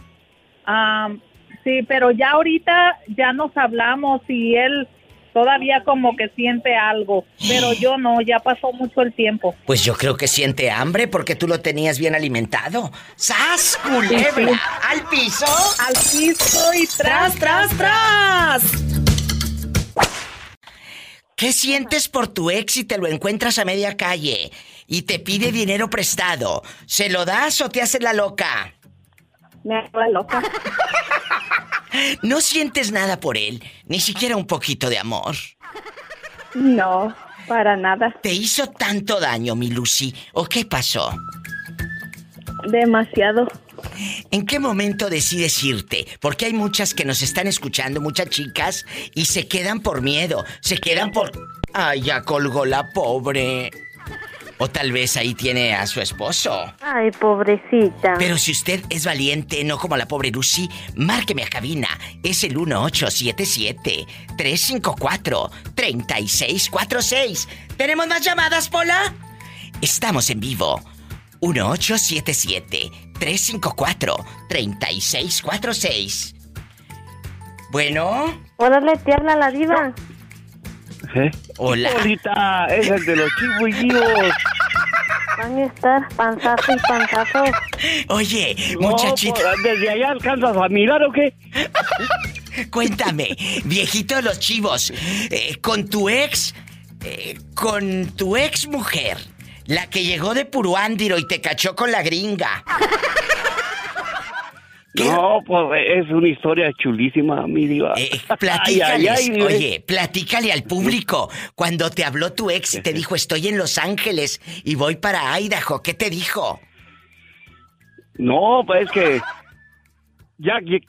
Speaker 15: Am, sí, pero ya ahorita ya nos hablamos y él todavía como que siente algo, pero yo no, ya pasó mucho el tiempo.
Speaker 2: Pues yo creo que siente hambre porque tú lo tenías bien alimentado. ¡Sas, culebra! ¡Al piso!
Speaker 15: ¡Al piso y tras, tras, tras!
Speaker 2: ¿Qué sientes por tu ex si te lo encuentras a media calle y te pide dinero prestado? ¿Se lo das o te haces la loca?
Speaker 13: Me hago la loca.
Speaker 2: No sientes nada por él, ni siquiera un poquito de amor.
Speaker 13: No, para nada.
Speaker 2: ¿Te hizo tanto daño, mi Lucy? ¿O qué pasó?
Speaker 13: Demasiado.
Speaker 2: ¿En qué momento decides irte? Porque hay muchas que nos están escuchando, muchas chicas, y se quedan por miedo, se quedan por... Ay, ya colgó la pobre. O tal vez ahí tiene a su esposo.
Speaker 13: Ay, pobrecita.
Speaker 2: Pero si usted es valiente, no como la pobre Lucy, márqueme a cabina. Es el 1877-354-3646. ¿Tenemos más llamadas, Pola? Estamos en vivo. 1877-354-3646. Bueno,
Speaker 13: Órale, te habla la diva.
Speaker 2: hola.
Speaker 12: Polita, Ah, es el de los chihuillos.
Speaker 13: Van a estar panzazo y panzazo.
Speaker 2: [LAUGHS] Oye,
Speaker 12: No,
Speaker 2: muchachito.
Speaker 12: pues, ¿Desde allá alcanzas a mirar o qué?
Speaker 2: [LAUGHS] Cuéntame, viejito de los chivos, eh, con tu ex, eh, con tu ex mujer, la que llegó de Puruándiro y te cachó con la
Speaker 12: [LAUGHS]
Speaker 2: gringa.
Speaker 12: No, pues es una historia chulísima, mi diva.
Speaker 2: Eh,
Speaker 12: [LAUGHS]
Speaker 2: Platícales,
Speaker 12: Ay, ay, ay,
Speaker 2: oye, platícale al público. Cuando te habló tu ex y te dijo, estoy en Los Ángeles y voy para Idaho, ¿qué te dijo?
Speaker 12: No, pues es que ya que-
Speaker 2: ¿Eh?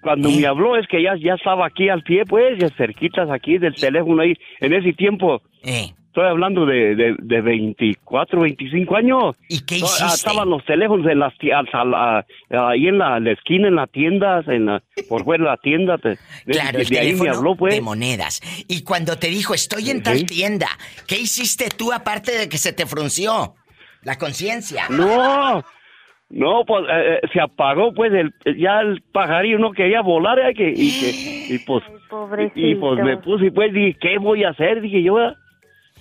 Speaker 12: cuando me habló es que ya, ya estaba aquí al pie, pues, ya cerquitas aquí del teléfono ahí. En ese tiempo,
Speaker 2: Eh,
Speaker 12: estoy hablando de, de, de 24, 25 años.
Speaker 2: ¿Y qué
Speaker 12: No, ah,
Speaker 2: hiciste?
Speaker 12: Estaban los teléfonos en las ti- al- al- a- ahí en la, la esquina, en la tienda, en la- por fuera de la tienda. te- de-
Speaker 2: Claro,
Speaker 12: de,
Speaker 2: el
Speaker 12: de ahí me
Speaker 2: teléfono
Speaker 12: habló, pues.
Speaker 2: de monedas. Y cuando te dijo, estoy en tal tienda, ¿qué hiciste tú aparte de que se te frunció la conciencia?
Speaker 12: No, no, pues eh, eh, se apagó, pues el, ya el pajarillo no quería volar, eh, que, y, que- y, pues,
Speaker 13: Pobrecito.
Speaker 12: y, pues me puse y pues dije, ¿qué voy a hacer? Dije yo, ¿verdad?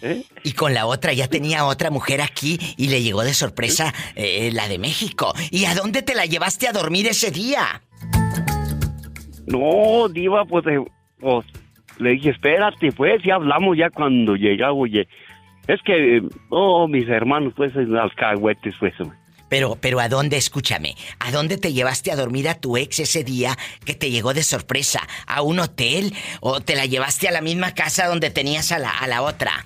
Speaker 12: ¿eh?
Speaker 2: Y con la otra, ya tenía otra mujer aquí y le llegó de sorpresa eh, la de México. ¿Y a dónde te la llevaste a dormir ese día?
Speaker 12: No, diva, pues, eh, pues, le dije, espérate, pues, ya hablamos ya cuando llega, oye. Es que, eh, oh, mis hermanos, pues, en alcahuetes, pues. hombre.
Speaker 2: Pero, pero ¿a dónde, escúchame? ¿A dónde te llevaste a dormir a tu ex ese día que te llegó de sorpresa? ¿A un hotel? ¿O te la llevaste a la misma casa donde tenías a la, a la otra?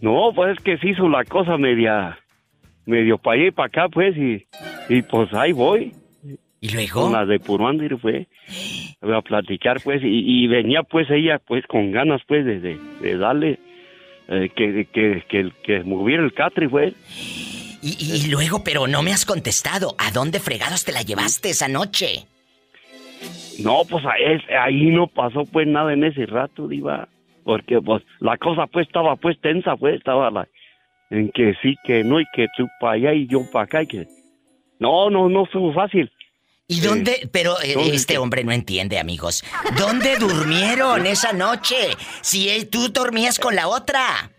Speaker 12: No, pues, es que se hizo la cosa media, medio para allá y para acá, pues, y, y pues, ahí voy.
Speaker 2: ¿Y
Speaker 12: Con
Speaker 2: luego?
Speaker 12: la de Puruandir fue a platicar, pues, y, y venía, pues, ella, pues, con ganas, pues, de, de, de darle eh, que, que, que, que moviera el catre, fue.
Speaker 2: Y, y- y luego, pero no me has contestado. ¿A dónde fregados te la llevaste esa noche?
Speaker 12: No, pues, a- es- ahí no pasó, pues, nada en ese rato, diva. Porque, pues, la cosa, pues, estaba, pues, tensa, pues, estaba la... En que sí, que no, y que tú para allá y yo para acá, y que... No, no, no fue fácil.
Speaker 2: ¿Y dónde? Pero eh,
Speaker 12: ¿dónde
Speaker 2: este hombre no entiende, amigos. ¿Dónde durmieron esa noche? Si eh, tú dormías con la otra.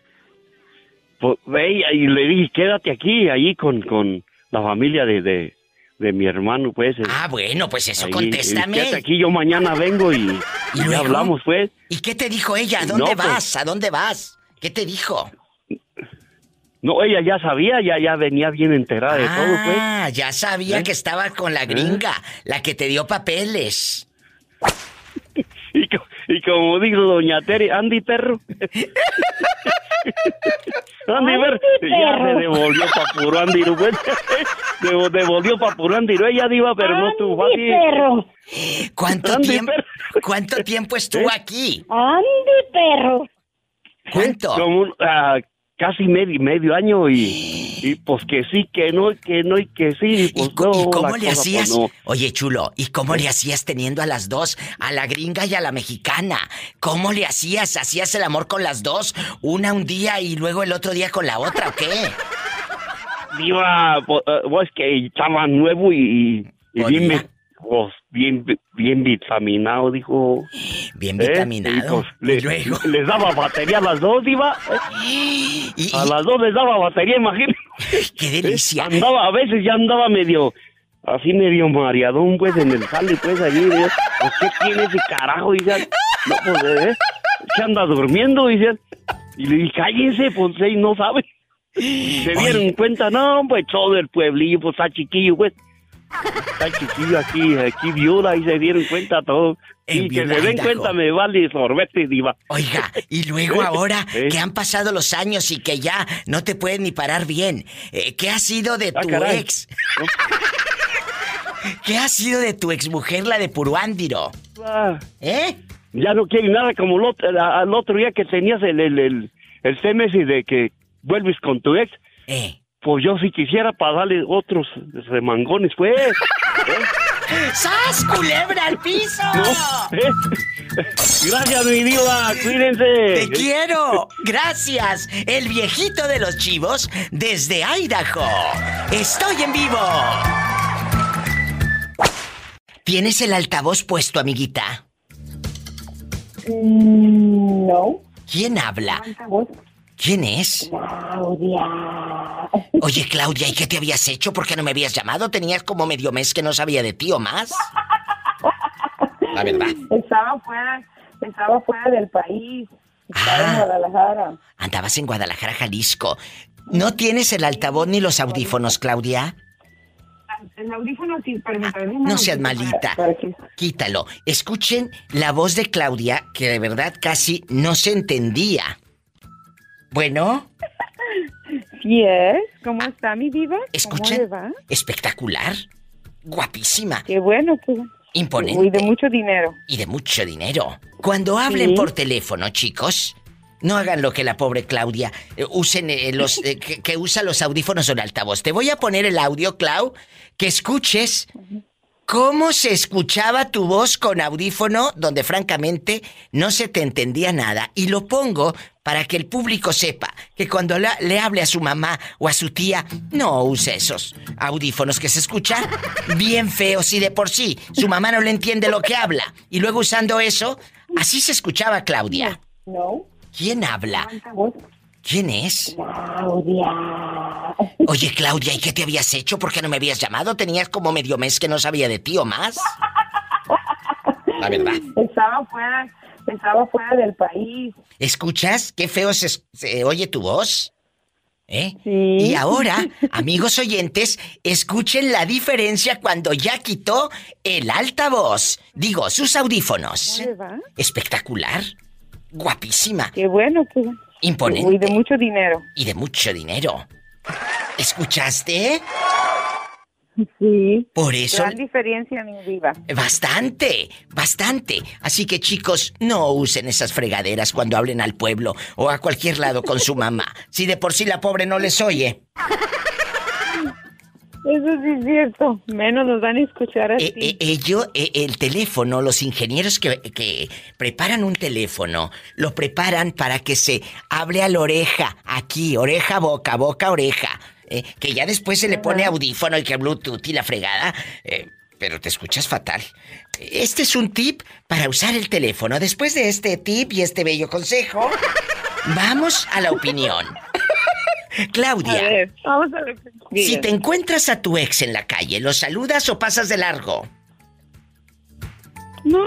Speaker 12: Pues, ve y- y le dije, quédate aquí, ahí con, con la familia de, de, de mi hermano, pues.
Speaker 2: Ah, bueno, pues eso,
Speaker 12: Ahí,
Speaker 2: contéstame.
Speaker 12: eh, Quédate aquí, yo mañana
Speaker 2: [LAUGHS]
Speaker 12: vengo y, y ya
Speaker 2: luego?
Speaker 12: hablamos, pues.
Speaker 2: ¿Y qué te dijo ella? ¿A dónde
Speaker 12: No, pues-
Speaker 2: vas? ¿A dónde vas? ¿Qué te dijo?
Speaker 12: No, ella ya sabía, ya, ya venía bien enterada de todo, pues.
Speaker 2: ah, ya sabía
Speaker 12: ¿Eh?
Speaker 2: que estaba con la gringa, la que te dio papeles.
Speaker 12: [LAUGHS] Y, co- y como dijo doña Terry, Andy Perro. [LAUGHS] Andy Perro. Ya
Speaker 13: perro.
Speaker 12: se devolvió para puro Andy, [LAUGHS] pues. Devo- devolvió para puro Andy, ella diva, pero no estuvo fácil.
Speaker 13: perro.
Speaker 2: ¿Cuánto
Speaker 12: Andy
Speaker 2: tiempo?
Speaker 12: Perro. ¿Eh?
Speaker 2: ¿Cuánto tiempo estuvo aquí?
Speaker 13: Andy, perro.
Speaker 2: ¿Cuánto?
Speaker 12: Como un- ah, casi medio, medio año y, y pues que sí, que no, y que no y que sí. Pues,
Speaker 2: co-
Speaker 12: no,
Speaker 2: ¿Y
Speaker 12: la
Speaker 2: cómo le
Speaker 12: cosa, pues,
Speaker 2: hacías?
Speaker 12: no.
Speaker 2: Oye, chulo, ¿y cómo le hacías teniendo a las dos, a la gringa y a la mexicana? ¿Cómo le hacías? ¿Hacías el amor con las dos? Una un día y luego el otro día con la otra, ¿o qué?
Speaker 12: Diva, pues, eh, pues, que estaba nuevo y, y bien, vi- pues, bien, vi- bien vitaminado, dijo.
Speaker 2: Bien
Speaker 12: vitaminado. le- les daba batería a las dos, Diva.
Speaker 2: ¿eh?
Speaker 12: a las dos les daba batería, imagínate.
Speaker 2: [LAUGHS] ¡Qué delicia! ¿eh?
Speaker 12: Andaba, a veces ya andaba medio, así medio mareadón, pues, en el jale, pues, allí. ¿eh? Pues, ¿qué tiene ese carajo? Dice, no, pues, ¿eh? ¿Qué anda durmiendo? Dice, y le dije, cállense, pues, ¿eh? no sabe. Se dieron cuenta, no, pues, todo el pueblillo, pues, está chiquillo, pues. Está chiquillo aquí, aquí viuda, y se dieron cuenta todo. Y que
Speaker 2: viuda,
Speaker 12: se den
Speaker 2: Idaho.
Speaker 12: cuenta me vale sorbete, diva.
Speaker 2: Oiga, y luego ahora que han pasado los años y que ya no te pueden ni parar bien, eh, ¿qué ha sido de tu
Speaker 12: Ah, caray.
Speaker 2: ex? [LAUGHS] ¿Qué ha sido de tu exmujer, la de Puruándiro? ¿Eh?
Speaker 12: Ah. Ya no quiere nada como el otro, la- al otro día que tenías el, el, el, el TMS y de que vuelves con tu ex. Pues yo si quisiera para darle otros remangones, pues.
Speaker 2: ¡Sas, culebra al piso!
Speaker 12: Gracias, mi diva, cuídense.
Speaker 2: ¡Te quiero! ¡Gracias! El viejito de los chivos desde Idaho. ¡Estoy en vivo! ¿Tienes el altavoz puesto, amiguita?
Speaker 16: Mm,
Speaker 13: No.
Speaker 2: ¿Quién habla? ¿Quién es?
Speaker 13: Claudia.
Speaker 2: Oye, Claudia, ¿y qué te habías hecho? ¿Por qué no me habías llamado? Tenías como medio mes que no sabía de ti o más. La verdad.
Speaker 13: Estaba fuera, estaba fuera del país. Estaba
Speaker 2: Ah.
Speaker 13: en Guadalajara.
Speaker 2: Andabas en Guadalajara, Jalisco. ¿No tienes el altavoz ni los audífonos, Claudia?
Speaker 13: El audífono sí, permítame. un
Speaker 2: No seas
Speaker 13: momentito
Speaker 2: malita.
Speaker 13: para- para que-
Speaker 2: Quítalo. Escuchen la voz de Claudia, que de verdad casi no se entendía. Bueno,
Speaker 16: Sí es. ¿Cómo está mi diva?
Speaker 2: Escuchen.
Speaker 16: ¿Cómo le va?
Speaker 2: espectacular. Guapísima.
Speaker 16: Qué bueno, qué bueno.
Speaker 2: Imponente.
Speaker 16: Y de mucho dinero.
Speaker 2: Y de mucho dinero. Cuando hablen
Speaker 16: Sí.
Speaker 2: por teléfono, chicos, no hagan lo que la pobre Claudia. eh, usen eh, los eh, que, que usa los audífonos o el altavoz. Te voy a poner el audio, Clau, que escuches cómo se escuchaba tu voz con audífono, donde francamente no se te entendía nada. Y lo pongo para que el público sepa que cuando la- le hable a su mamá o a su tía, no use esos audífonos que se escuchan bien feos y de por sí. Su mamá no le entiende lo que habla. Y luego usando eso, así se escuchaba Claudia.
Speaker 13: No.
Speaker 2: ¿Quién habla? ¿Quién es?
Speaker 13: Claudia.
Speaker 2: Oye, Claudia, ¿y qué te habías hecho? ¿Por qué no me habías llamado? Tenías como medio mes que no sabía de ti o más. La verdad.
Speaker 13: Estaba fuera, estaba fuera del país.
Speaker 2: ¿Escuchas? Qué feo se, es- se oye tu voz. ¿Eh? Y ahora, amigos oyentes, escuchen la diferencia cuando ya quitó el altavoz. Digo, sus audífonos.
Speaker 16: ¿Cómo le va?
Speaker 2: Espectacular. Guapísima.
Speaker 16: Qué bueno, pues. qué bueno.
Speaker 2: Imponente.
Speaker 16: Y de mucho dinero.
Speaker 2: Y de mucho dinero. ¿Escuchaste?
Speaker 16: Sí.
Speaker 2: Por eso-
Speaker 16: Gran diferencia, mi diva.
Speaker 2: Bastante, bastante. Así que chicos, no usen esas fregaderas cuando hablen al pueblo o a cualquier lado con su mamá. Si de por sí la pobre no les oye.
Speaker 16: Eso sí es cierto. Menos nos van a escuchar así.
Speaker 2: E- ello- e- el teléfono, los ingenieros que, que preparan un teléfono, lo preparan para que se hable a la oreja, aquí, oreja, boca, boca, oreja. eh, que ya después se le pone audífono y que Bluetooth y la fregada, eh, pero te escuchas fatal. Este es un tip para usar el teléfono. Después de este tip y este
Speaker 16: [LAUGHS]
Speaker 2: bello consejo, vamos a la opinión. Claudia.
Speaker 16: A ver, vamos a ver.
Speaker 2: Si te encuentras a tu ex en la calle, ¿lo saludas o pasas de largo?
Speaker 16: No,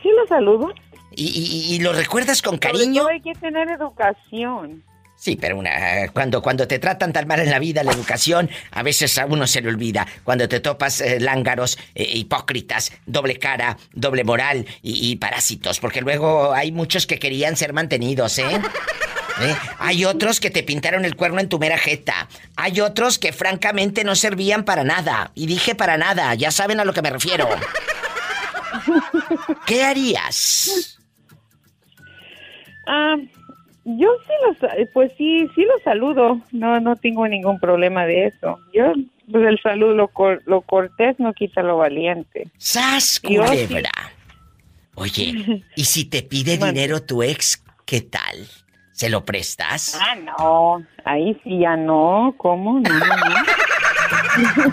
Speaker 16: sí lo saludo.
Speaker 2: ¿Y, y- y lo recuerdas con
Speaker 16: Sobre
Speaker 2: cariño?
Speaker 16: todo Hay que tener educación.
Speaker 2: Sí, pero una, cuando, cuando te tratan tan mal en la vida, la educación, a veces a uno se le olvida. Cuando te topas eh, lángaros, eh, hipócritas, doble cara, doble moral y, y parásitos. Porque luego hay muchos que querían ser mantenidos, ¿eh? ¿Eh? Hay otros que te pintaron el cuerno en tu mera jeta. Hay otros que francamente no servían para nada. Y dije para nada, ya saben a lo que me refiero. ¿Qué harías?
Speaker 16: Ah,
Speaker 13: Yo sí los, pues sí, sí los saludo. No, no tengo ningún problema de eso. Yo, pues el saludo, lo, cor- lo cortés no quita lo valiente.
Speaker 2: ¡Sas,
Speaker 13: Yo sí.
Speaker 2: culebra!
Speaker 13: [LAUGHS]
Speaker 2: Oye, ¿y si te pide dinero tu ex, qué tal? ¿Se lo prestas?
Speaker 13: Ah, no, ahí sí ya no, ¿cómo? No, no,
Speaker 2: [LAUGHS]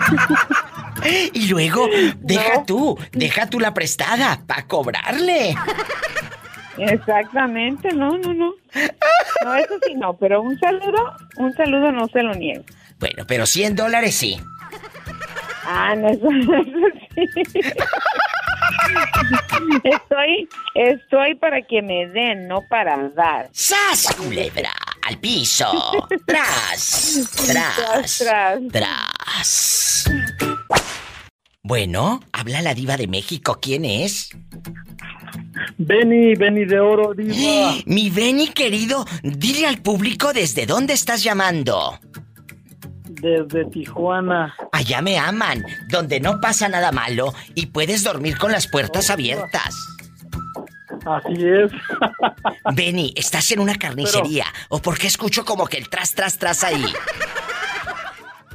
Speaker 2: Y luego, deja tú, deja tú la prestada para cobrarle.
Speaker 13: no. Exactamente, no, no, no. No, eso sí no, pero un saludo, un saludo no se lo niego.
Speaker 2: Bueno, pero 100 dólares sí.
Speaker 13: Ah, no, eso, eso sí.
Speaker 2: [LAUGHS]
Speaker 13: Estoy, estoy para que me den, no para dar.
Speaker 2: ¡Sas, culebra! ¡Al piso!
Speaker 13: [LAUGHS]
Speaker 2: ¡Tras!
Speaker 13: Tras,
Speaker 2: ¡Tras!
Speaker 13: tras.
Speaker 2: ¡Tras! Bueno, habla la diva de México. ¿Quién es?
Speaker 9: Benny, Benny de Oro, diva.
Speaker 2: Mi Benny querido, dile al público desde dónde estás llamando.
Speaker 9: Desde Tijuana.
Speaker 2: Allá me aman, donde no pasa nada malo y puedes dormir con las puertas abiertas.
Speaker 9: Oh, Así es.
Speaker 2: Benny, estás en una carnicería. ¿O por qué escucho como que el tras, tras, tras ahí?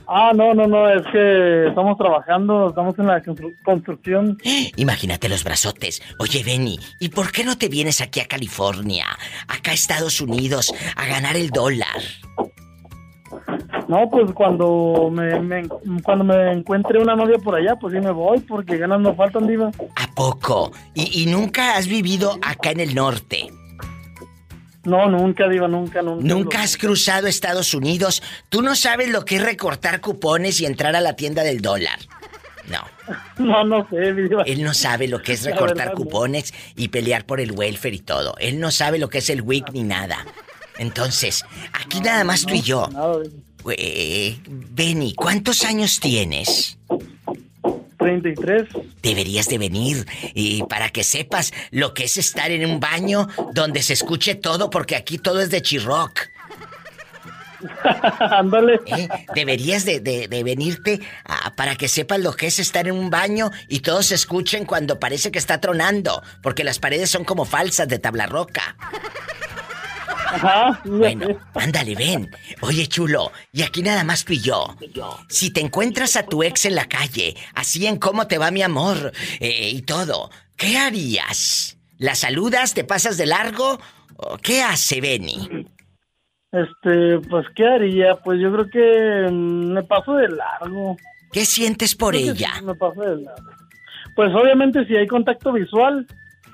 Speaker 9: Ah, no, no, no, es que estamos trabajando, estamos en la constru- construcción.
Speaker 2: Imagínate los brazotes. Oye, Benny, ¿y por qué no te vienes aquí a California, acá a Estados Unidos, a ganar el dólar?
Speaker 9: No, pues cuando me, me- cuando me encuentre una novia por allá, pues sí me voy, porque ganas no faltan, diva.
Speaker 2: ¿A poco? ¿Y, y nunca has vivido acá en el norte?
Speaker 9: No, nunca, diva, nunca, nunca.
Speaker 2: ¿Nunca has cruzado Estados Unidos? ¿Tú no sabes lo que es recortar cupones y entrar a la tienda del dólar? No.
Speaker 9: [LAUGHS] No, no sé,
Speaker 2: Él no sabe lo que es
Speaker 9: La
Speaker 2: recortar
Speaker 9: verdad, no.
Speaker 2: cupones y pelear por el welfare y todo. Él no sabe lo que es el WIC ni nada. Entonces, aquí nada más tú y yo. Eh, Benny, ¿cuántos años tienes?
Speaker 9: 33.
Speaker 2: Deberías de venir y para que sepas lo que es estar en un baño donde se escuche todo, porque aquí todo es de chirroc.
Speaker 9: Ándale.
Speaker 2: ¿Eh? Deberías de, de- de venirte a- para que sepas lo que es estar en un baño y todos se escuchen cuando parece que está tronando, porque las paredes son como falsas de tabla roca. Bueno, ándale, ven. Oye, chulo, y aquí nada más tú y yo. Si te encuentras a tu ex en la calle, así en cómo te va mi amor eh, y todo, ¿qué harías? ¿La saludas? ¿Te pasas de largo? ¿O ¿Qué hace Benny?
Speaker 9: Este, pues, ¿qué haría? Pues yo creo que mm, me paso de largo.
Speaker 2: ¿Qué sientes por ella?
Speaker 9: me paso de largo. Pues obviamente si hay contacto visual,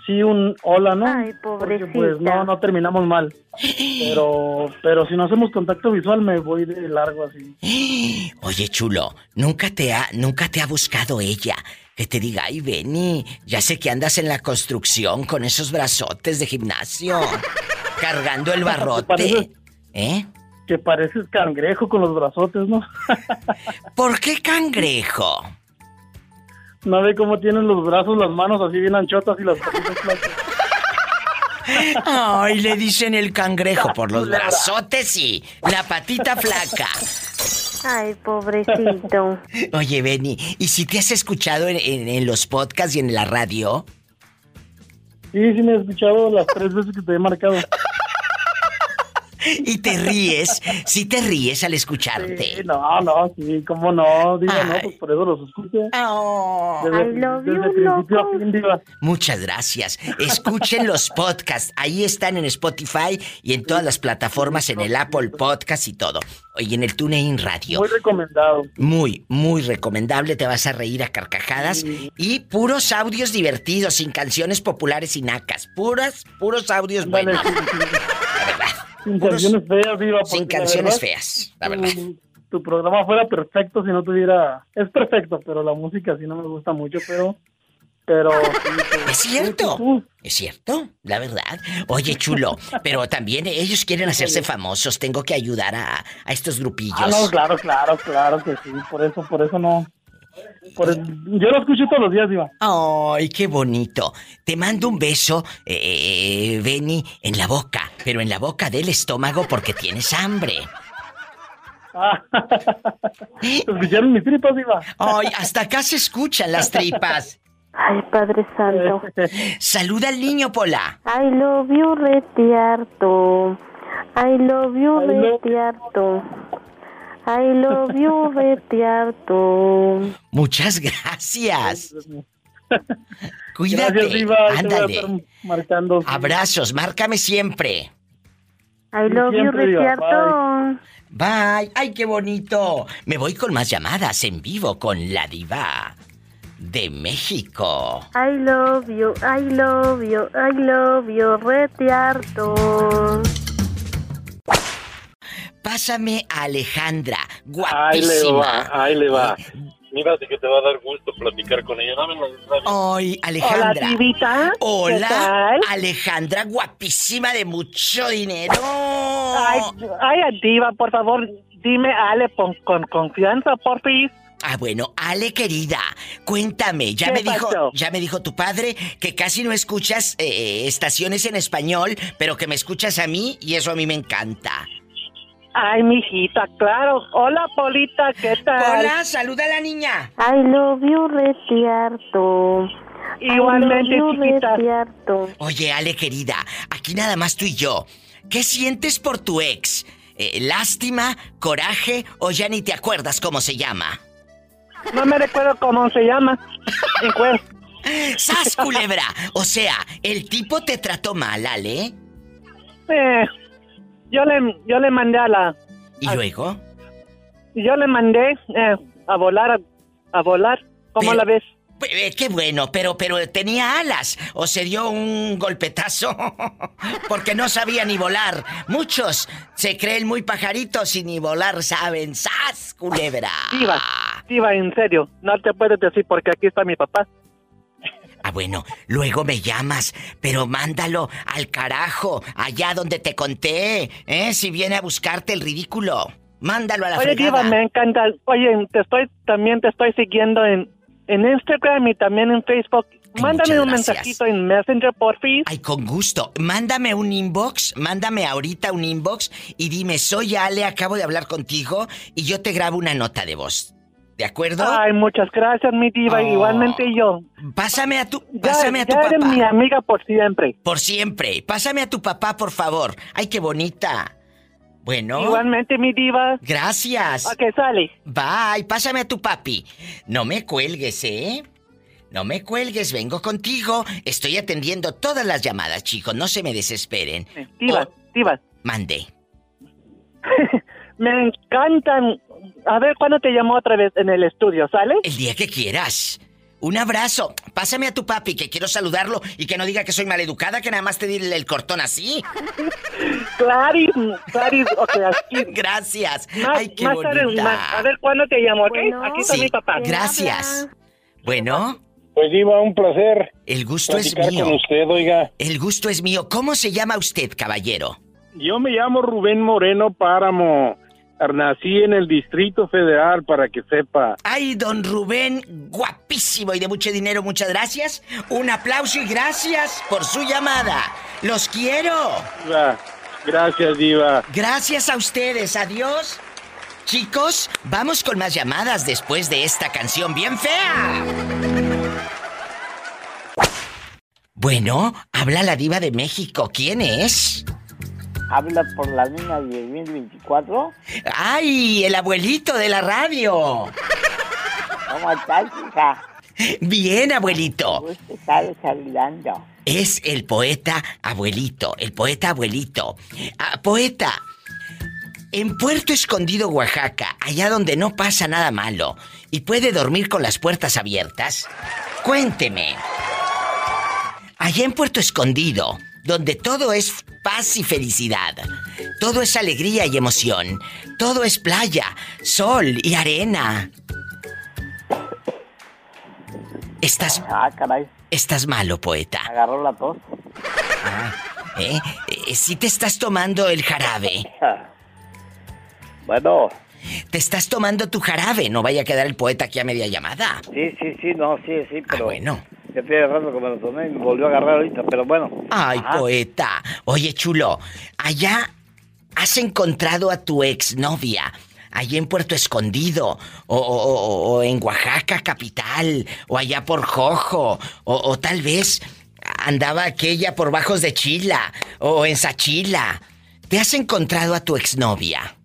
Speaker 9: sí un hola, ¿no? Ay, pobrecita. pues no, no terminamos mal. Pero, pero si no hacemos contacto visual, me voy de largo así.
Speaker 2: [GASPS] Oye, chulo, nunca te ha, nunca te ha buscado ella. Que te diga, ay, Benny, ya sé que andas en la construcción con esos brazotes de gimnasio, cargando el
Speaker 9: [LAUGHS] Pareces-
Speaker 2: barrote. ¿Eh?
Speaker 9: Que pareces cangrejo con los brazotes, ¿no? [LAUGHS]
Speaker 2: ¿Por qué cangrejo?
Speaker 9: No ve cómo tienen los brazos, las manos así bien anchotas
Speaker 2: [LAUGHS]
Speaker 9: y las patitas flacas.
Speaker 2: Ay, le dicen el cangrejo por los brazotes y la patita flaca.
Speaker 10: Ay, pobrecito.
Speaker 2: Oye, Benny, ¿y si te has escuchado en, en- en los podcasts y en la radio?
Speaker 9: Sí, sí me he escuchado las tres veces que te he marcado.
Speaker 2: Y te ríes, si te ríes al escucharte.
Speaker 9: Sí, no, no, sí, cómo no, diga, no, pues por eso los escucho.
Speaker 2: I love you,
Speaker 9: desde principio a fin, diva.
Speaker 2: Muchas gracias. Escuchen los podcasts. Ahí están en Spotify y en todas las plataformas, en el Apple Podcast y todo. Y en el TuneIn Radio.
Speaker 9: Muy recomendado.
Speaker 2: Muy, muy recomendable. Te vas a reír a carcajadas. Y puros audios divertidos, sin canciones populares y nacas. Puras, puros audios buenos.
Speaker 9: Sin canciones feas, diva.
Speaker 2: Sin
Speaker 9: porque la
Speaker 2: canciones feas, la verdad.
Speaker 9: Tu, tu programa fuera perfecto si no tuviera... Es perfecto, pero la música sí no me gusta mucho, pero... Pero...
Speaker 2: Es cierto. Es cierto, la verdad. Oye, chulo, pero también ellos quieren hacerse famosos. Tengo que ayudar a, a estos grupillos.
Speaker 9: Ah, no, claro, claro, claro que sí. Por eso, por eso no... por eso- Yo lo escucho todos los días, diva.
Speaker 2: Ay, qué bonito. Te mando un beso, eh, Benny, en la boca, pero en la boca del estómago porque tienes hambre.
Speaker 9: Ah, [LAUGHS] escucharon mis tripas, Diva?
Speaker 2: Ay, hasta acá se escuchan las
Speaker 9: [LAUGHS]
Speaker 2: tripas.
Speaker 10: Ay, Padre Santo.
Speaker 2: Saluda al niño, Pola.
Speaker 10: I love you, retiarto. I love you, vete harto. I love you, vete harto.
Speaker 2: Muchas gracias. [LAUGHS] Cuídate.
Speaker 10: Gracias, Diva. Ahí te voy a
Speaker 2: Ándale. Abrazos, márcame siempre.
Speaker 10: I love you,
Speaker 2: Siempre,
Speaker 10: vete
Speaker 2: Diva,
Speaker 10: harto.
Speaker 2: Bye. Ay, qué bonito. Me voy con más llamadas en vivo con la diva de México.
Speaker 10: I love you, I love you, I love you, vete harto.
Speaker 2: Pásame a Alejandra,
Speaker 17: Ahí le
Speaker 2: guapísima.
Speaker 17: va, ahí le va. Mírate que te va a dar gusto platicar con ella. Dame los labios.
Speaker 2: Ay, Alejandra.
Speaker 17: Hola, divita.
Speaker 2: Hola,
Speaker 17: ¿Qué tal?
Speaker 2: Alejandra, guapísima de mucho dinero.
Speaker 18: Ay, ay, Diva, por favor, dime Ale con, con confianza, por fin.
Speaker 2: Ah, bueno, Ale querida, cuéntame, ya
Speaker 18: ¿Qué
Speaker 2: me dijo,
Speaker 18: pasó?
Speaker 2: ya me dijo tu padre que casi no escuchas eh, estaciones en español, pero que me escuchas a mí y eso a mí me encanta.
Speaker 18: Ay, mijita, claro. Hola, Polita, ¿qué tal?
Speaker 2: Hola, saluda a la niña.
Speaker 10: I love you, vete harto. I
Speaker 18: Igualmente,
Speaker 10: love you,
Speaker 18: chiquita.
Speaker 10: vete harto.
Speaker 2: Oye, Ale querida, aquí nada más tú y yo. ¿Qué sientes por tu ex? Eh, ¿Lástima, coraje o ya ni te acuerdas cómo se llama?
Speaker 18: No me recuerdo cómo se llama. Me acuerdo.
Speaker 2: ¡Sas, culebra! O sea, el tipo te trató mal, Ale.
Speaker 18: Eh, yo le, Em, yo le mandé a la,
Speaker 2: ¿Y luego?
Speaker 18: yo le mandé eh, a volar, a, a volar. ¿Cómo la ves?
Speaker 2: Pe- eh, Qué bueno, pero, pero tenía alas o se dio un golpetazo [LAUGHS] porque no sabía ni volar. Muchos se creen muy pajaritos y ni volar saben. ¡Sas, culebra!
Speaker 18: Diva, Diva, en serio, no te puedes decir porque aquí está mi papá.
Speaker 2: Ah, bueno, luego me llamas, pero mándalo al carajo, allá donde te conté, ¿eh? Si viene a buscarte el ridículo. Mándalo a la
Speaker 18: Oye,
Speaker 2: fregada.
Speaker 18: Diva, me encanta. Oye, te estoy, también te estoy siguiendo en, en Instagram y también en Facebook. Mándame
Speaker 2: muchas
Speaker 18: un
Speaker 2: gracias.
Speaker 18: mensajito en Messenger, por fin.
Speaker 2: Ay, con gusto. Mándame un inbox, mándame ahorita un inbox y dime, soy Ale, acabo de hablar contigo y yo te grabo una nota de voz. ¿De acuerdo?
Speaker 18: Ay, muchas gracias, mi diva.
Speaker 2: Oh.
Speaker 18: Igualmente yo.
Speaker 2: Pásame a tu,
Speaker 18: Ya-
Speaker 2: pásame a tu
Speaker 18: ya eres
Speaker 2: papá.
Speaker 18: mi amiga por siempre.
Speaker 2: Por siempre. Pásame a tu papá, por favor. Ay, qué bonita. Bueno.
Speaker 18: Igualmente, mi diva.
Speaker 2: Gracias.
Speaker 18: Ok, sale.
Speaker 2: Bye, pásame a tu papi. No me cuelgues, ¿eh? No me cuelgues, vengo contigo. Estoy atendiendo todas las llamadas, chicos. No se me desesperen. Oh.
Speaker 18: Diva, diva.
Speaker 2: Mande.
Speaker 18: Me encantan. A ver, ¿cuándo te llamo otra vez en el estudio, sale?
Speaker 2: El día que quieras. Un abrazo. Pásame a tu papi, que quiero saludarlo y que no diga que soy maleducada, que nada más te di el cortón así.
Speaker 18: Claris, Claris, ok, aquí.
Speaker 2: [LAUGHS] Gracias.
Speaker 18: Más,
Speaker 2: Ay, qué
Speaker 18: más tarde,
Speaker 2: bonita.
Speaker 18: más- a ver, ¿cuándo te llamo, ok?
Speaker 2: Bueno.
Speaker 18: aquí está
Speaker 2: Sí,
Speaker 18: mi papá.
Speaker 2: gracias. Bueno.
Speaker 19: Pues iba un placer.
Speaker 2: El gusto es
Speaker 19: platicar
Speaker 2: mío.
Speaker 19: con usted, oiga.
Speaker 2: El gusto es mío. ¿Cómo se llama usted, caballero?
Speaker 19: Yo me llamo Rubén Moreno Páramo. Nací en el Distrito Federal, para que sepa.
Speaker 2: Ay, don Rubén, guapísimo y de mucho dinero, muchas gracias. Un aplauso y gracias por su llamada. Los quiero.
Speaker 19: Diva. Gracias, Diva.
Speaker 2: Gracias a ustedes, adiós. Chicos, vamos con más llamadas después de esta canción bien fea. Bueno, habla la diva de México, ¿quién es?
Speaker 20: Habla por la línea 10.024.
Speaker 2: ¡Ay, el abuelito de la radio!
Speaker 20: ¿Cómo estás, hija?
Speaker 2: Bien, abuelito.
Speaker 20: Te estás hablando.
Speaker 2: Es el poeta abuelito, el poeta abuelito. Ah, poeta, en Puerto Escondido, Oaxaca, allá donde no pasa nada malo y puede dormir con las puertas abiertas, cuénteme. Allá en Puerto Escondido, donde todo es paz y felicidad, todo es alegría y emoción, todo es playa, sol y arena. Estás. Estás malo, poeta.
Speaker 20: Ah, Agarró la tos.
Speaker 2: ¿Eh? Eh, Si te estás tomando el jarabe.
Speaker 20: [LAUGHS] Bueno.
Speaker 2: Te estás tomando tu jarabe. No vaya a quedar el poeta aquí a media llamada.
Speaker 20: Sí, sí, sí, no, sí, sí, pero.
Speaker 2: Ah, bueno.
Speaker 20: Ya tiene rato que me lo tomé y me volvió a agarrar ahorita, pero bueno.
Speaker 2: Ay, pues.
Speaker 20: Ajá.
Speaker 2: poeta. Oye, chulo. Allá has encontrado a tu exnovia. Allí en Puerto Escondido, o, o- o- o en Oaxaca capital, o allá por Jojo, o, o tal vez andaba aquella por Bajos de Chila, o en Sachila. ¿Te has encontrado a tu exnovia?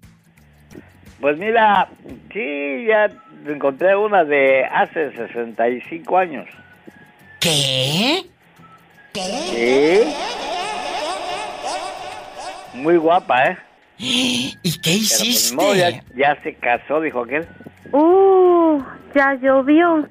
Speaker 9: Pues mira, sí, ya encontré una de hace 65 años.
Speaker 2: ¿Qué?
Speaker 9: ¿Qué? Muy guapa, ¿eh?
Speaker 2: ¿Y qué
Speaker 9: hiciste? ya, ya se casó, dijo aquel.
Speaker 10: Uh, ya llovió.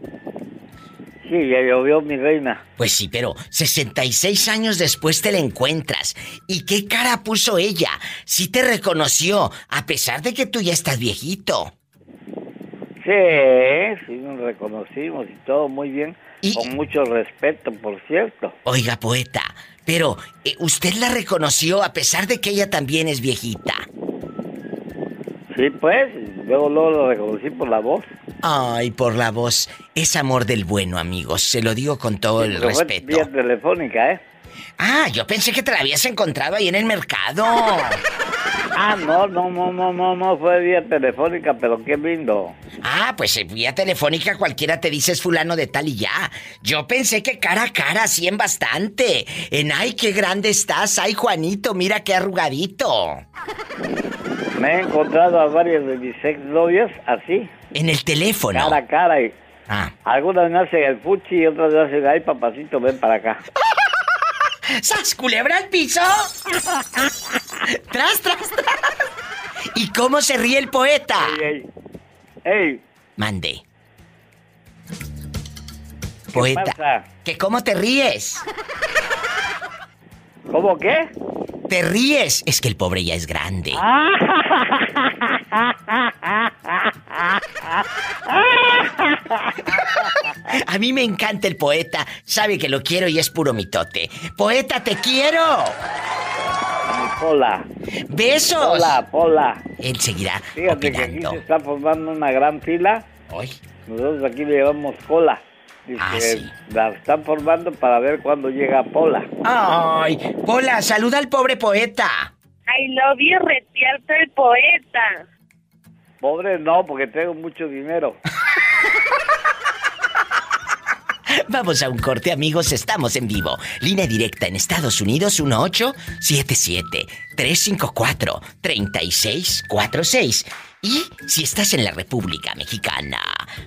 Speaker 9: Sí, ya llovió mi reina.
Speaker 2: Pues sí, pero 66 años después te la encuentras. ¿Y qué cara puso ella? Sí te reconoció, a pesar de que tú ya estás viejito.
Speaker 9: Sí, sí, nos reconocimos y todo muy bien. Con mucho respeto, por cierto.
Speaker 2: Oiga, poeta, pero eh, usted la reconoció a pesar de que ella también es viejita.
Speaker 9: Sí, pues, luego, luego lo reconocí por la voz.
Speaker 2: Ay, por la voz. Es amor del bueno, amigos. Se lo digo con todo el
Speaker 9: Pero fue
Speaker 2: respeto.
Speaker 9: Vía telefónica, ¿eh?
Speaker 2: Ah, yo pensé que te la habías encontrado ahí en el
Speaker 9: [LAUGHS]
Speaker 2: mercado.
Speaker 9: Ah, no, no, no, no, no, no, fue vía telefónica, pero qué lindo.
Speaker 2: Ah, pues en vía telefónica cualquiera te dices fulano de tal y ya. Yo pensé que cara a cara, sí, en bastante. En ay, qué grande estás. Ay, Juanito, mira qué arrugadito.
Speaker 9: Me he encontrado a varias de mis ex novias así.
Speaker 2: En el teléfono. Ah.
Speaker 9: Cara a cara y. Algunas me hacen el fuchi y otras me hacen, ay, papacito, ven
Speaker 2: [LAUGHS]
Speaker 9: para acá.
Speaker 2: ¡Sas, culebra al piso! ¡Tras, tras, tras! ¿Y cómo se ríe el poeta?
Speaker 9: ¡Ey, ey! ¡Ey!
Speaker 2: Mande. Poeta.
Speaker 9: pasa?
Speaker 2: ¿Que cómo te ríes?
Speaker 9: ¿Cómo qué?
Speaker 2: Te ríes. Es que el pobre ya es grande. A mí me encanta el poeta. Sabe que lo quiero y es puro mitote. Poeta, te quiero.
Speaker 9: Hola.
Speaker 2: Besos.
Speaker 9: Hola, hola.
Speaker 2: Él seguirá
Speaker 9: Fíjate que aquí se está formando una gran fila. Nosotros aquí le llevamos cola. Dice, "Eh,
Speaker 2: Ah, sí.
Speaker 9: la están formando para ver cuándo llega Pola.
Speaker 2: Ay, Pola, saluda al pobre poeta.
Speaker 13: [LAUGHS] I love you, retierto el poeta.
Speaker 9: Pobre no, porque tengo mucho dinero.
Speaker 2: [LAUGHS] Vamos a un corte, amigos. Estamos en vivo. Línea directa en Estados Unidos 1877-354-3646. Y si estás en la República Mexicana,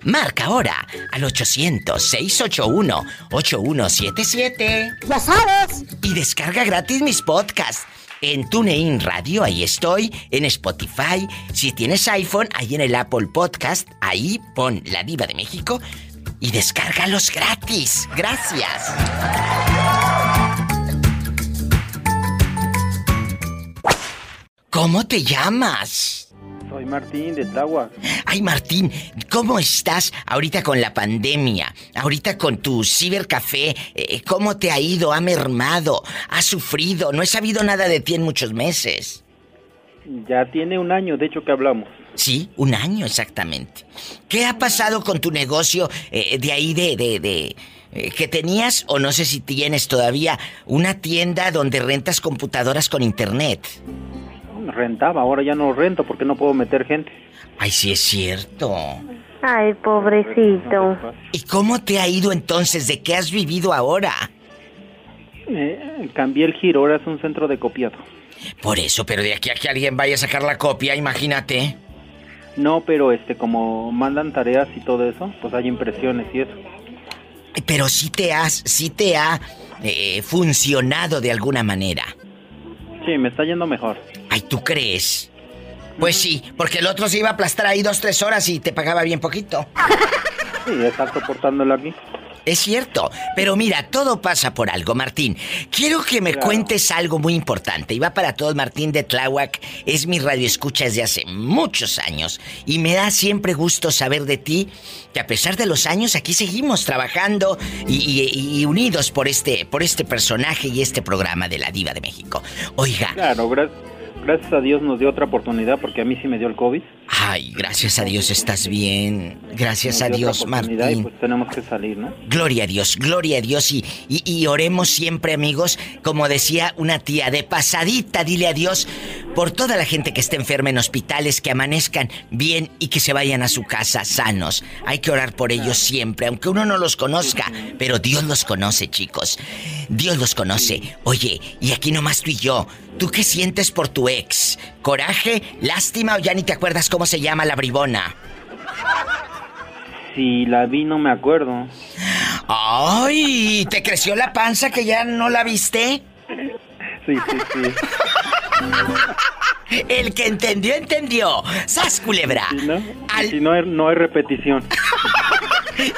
Speaker 2: marca ahora al 800-681-8177. ¡Ya sabes! Y descarga gratis mis podcasts. En TuneIn Radio, ahí estoy. En Spotify. Si tienes iPhone, ahí en el Apple Podcast. Ahí pon La Diva de México y descárgalos gratis. Gracias. ¿Cómo te llamas?
Speaker 21: Soy Martín de Tagua.
Speaker 2: Ay, Martín, ¿cómo estás ahorita con la pandemia? Ahorita con tu cibercafé, eh, ¿cómo te ha ido? ¿Ha mermado? ¿Has sufrido? No he sabido nada de ti en muchos meses.
Speaker 21: Ya tiene un año, de hecho, que hablamos.
Speaker 2: Sí, un año exactamente. ¿Qué ha pasado con tu negocio eh, de ahí de, de, de eh, que tenías o no sé si tienes todavía una tienda donde rentas computadoras con internet?
Speaker 21: Rentaba, ahora ya no rento porque no puedo meter gente.
Speaker 2: Ay, sí es cierto.
Speaker 10: Ay, pobrecito.
Speaker 2: ¿Y cómo te ha ido entonces? ¿De qué has vivido ahora?
Speaker 21: Eh, cambié el giro, ahora es un centro de copiado.
Speaker 2: Por eso, pero de aquí a que alguien vaya a sacar la copia, imagínate.
Speaker 21: No, pero este, como mandan tareas y todo eso, pues hay impresiones y eso.
Speaker 2: Pero sí te has, sí te ha eh, funcionado de alguna manera.
Speaker 21: Sí, me está yendo mejor.
Speaker 2: Ay, ¿tú crees? Pues sí, porque el otro se iba a aplastar ahí dos, tres horas y te pagaba bien poquito.
Speaker 21: [LAUGHS] Sí, está soportándolo aquí.
Speaker 2: Es cierto, pero mira, todo pasa por algo, Martín. Quiero que me cuentes algo muy importante. Y va para todos, Martín de Tláhuac es mi radioescucha desde hace muchos años. Y me da siempre gusto saber de ti, que a pesar de los años, aquí seguimos trabajando y, y- y unidos por este, por este personaje y este programa de la Diva de México. Oiga,
Speaker 21: Claro, gra- gracias a Dios nos dio otra oportunidad porque a mí sí me dio el COVID.
Speaker 2: ay, gracias a Dios estás bien. Gracias a
Speaker 21: Nos dio otra
Speaker 2: Dios,
Speaker 21: oportunidad
Speaker 2: Martín.
Speaker 21: Y pues tenemos que salir, ¿no?
Speaker 2: Gloria a Dios, gloria a Dios y, y- y oremos siempre amigos, como decía una tía, de pasadita, dile a Dios por toda la gente que esté enferma en hospitales, que amanezcan bien y que se vayan a su casa sanos. Hay que orar por ellos siempre, aunque uno no los conozca, pero Dios los conoce chicos. Dios los conoce. Oye, y aquí nomás tú y yo, ¿tú qué sientes por tu ex? ¿Coraje? ¿Lástima o ya ni te acuerdas cómo se llama la bribona?
Speaker 22: Si la vi, no me acuerdo.
Speaker 2: ¡Ay! ¿Te creció la panza que ya no la viste?
Speaker 22: Sí, sí,
Speaker 2: Ah,
Speaker 22: sí.
Speaker 2: El que entendió, entendió. ¡Sas, culebra!
Speaker 22: Si no, si no, hay- no hay repetición.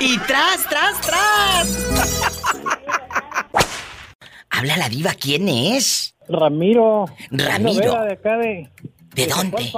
Speaker 2: Y tras, tras, tras. Habla la diva, ¿quién es?
Speaker 9: Ramiro.
Speaker 2: Ramiro.
Speaker 9: Novela de acá de...
Speaker 2: ¿De dónde?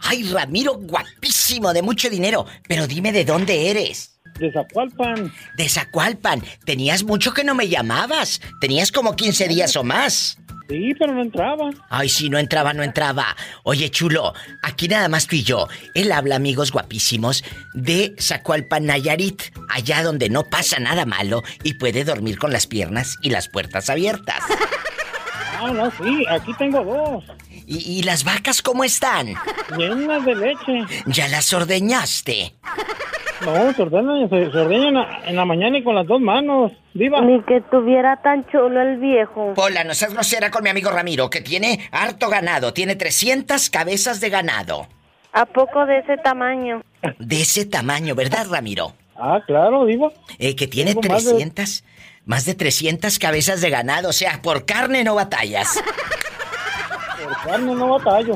Speaker 2: Ay, Ramiro, guapísimo, de mucho dinero. Pero dime de dónde eres.
Speaker 9: De Zacualpan.
Speaker 2: De Zacualpan. Tenías mucho que no me llamabas. Tenías como 15 días o más.
Speaker 9: Sí, pero no entraba.
Speaker 2: Ay, sí, no entraba, no entraba. Oye, chulo, aquí nada más tú y yo. Él habla, amigos guapísimos, de Zacualpan, Nayarit, allá donde no pasa nada malo y puede dormir con las piernas y las puertas abiertas.
Speaker 9: Ah, no, sí, aquí tengo dos.
Speaker 2: ¿Y, y las vacas cómo están?
Speaker 9: Llenas de leche.
Speaker 2: ¿Ya las ordeñaste?
Speaker 9: No, se ordeñan, se, se ordeñan a- en la mañana y con las dos manos. Diva.
Speaker 10: Ni que tuviera tan chulo el viejo.
Speaker 2: Hola, no seas grosera con mi amigo Ramiro, que tiene harto ganado. Tiene 300 cabezas de ganado.
Speaker 10: ¿A poco de ese tamaño?
Speaker 2: De ese tamaño, ¿verdad, Ramiro?
Speaker 9: Ah, claro, digo.
Speaker 2: Eh, que tiene
Speaker 10: Tengo más de-
Speaker 2: 300... Más de 300 cabezas de ganado, o sea, por carne no batallas.
Speaker 9: Por carne no batallo.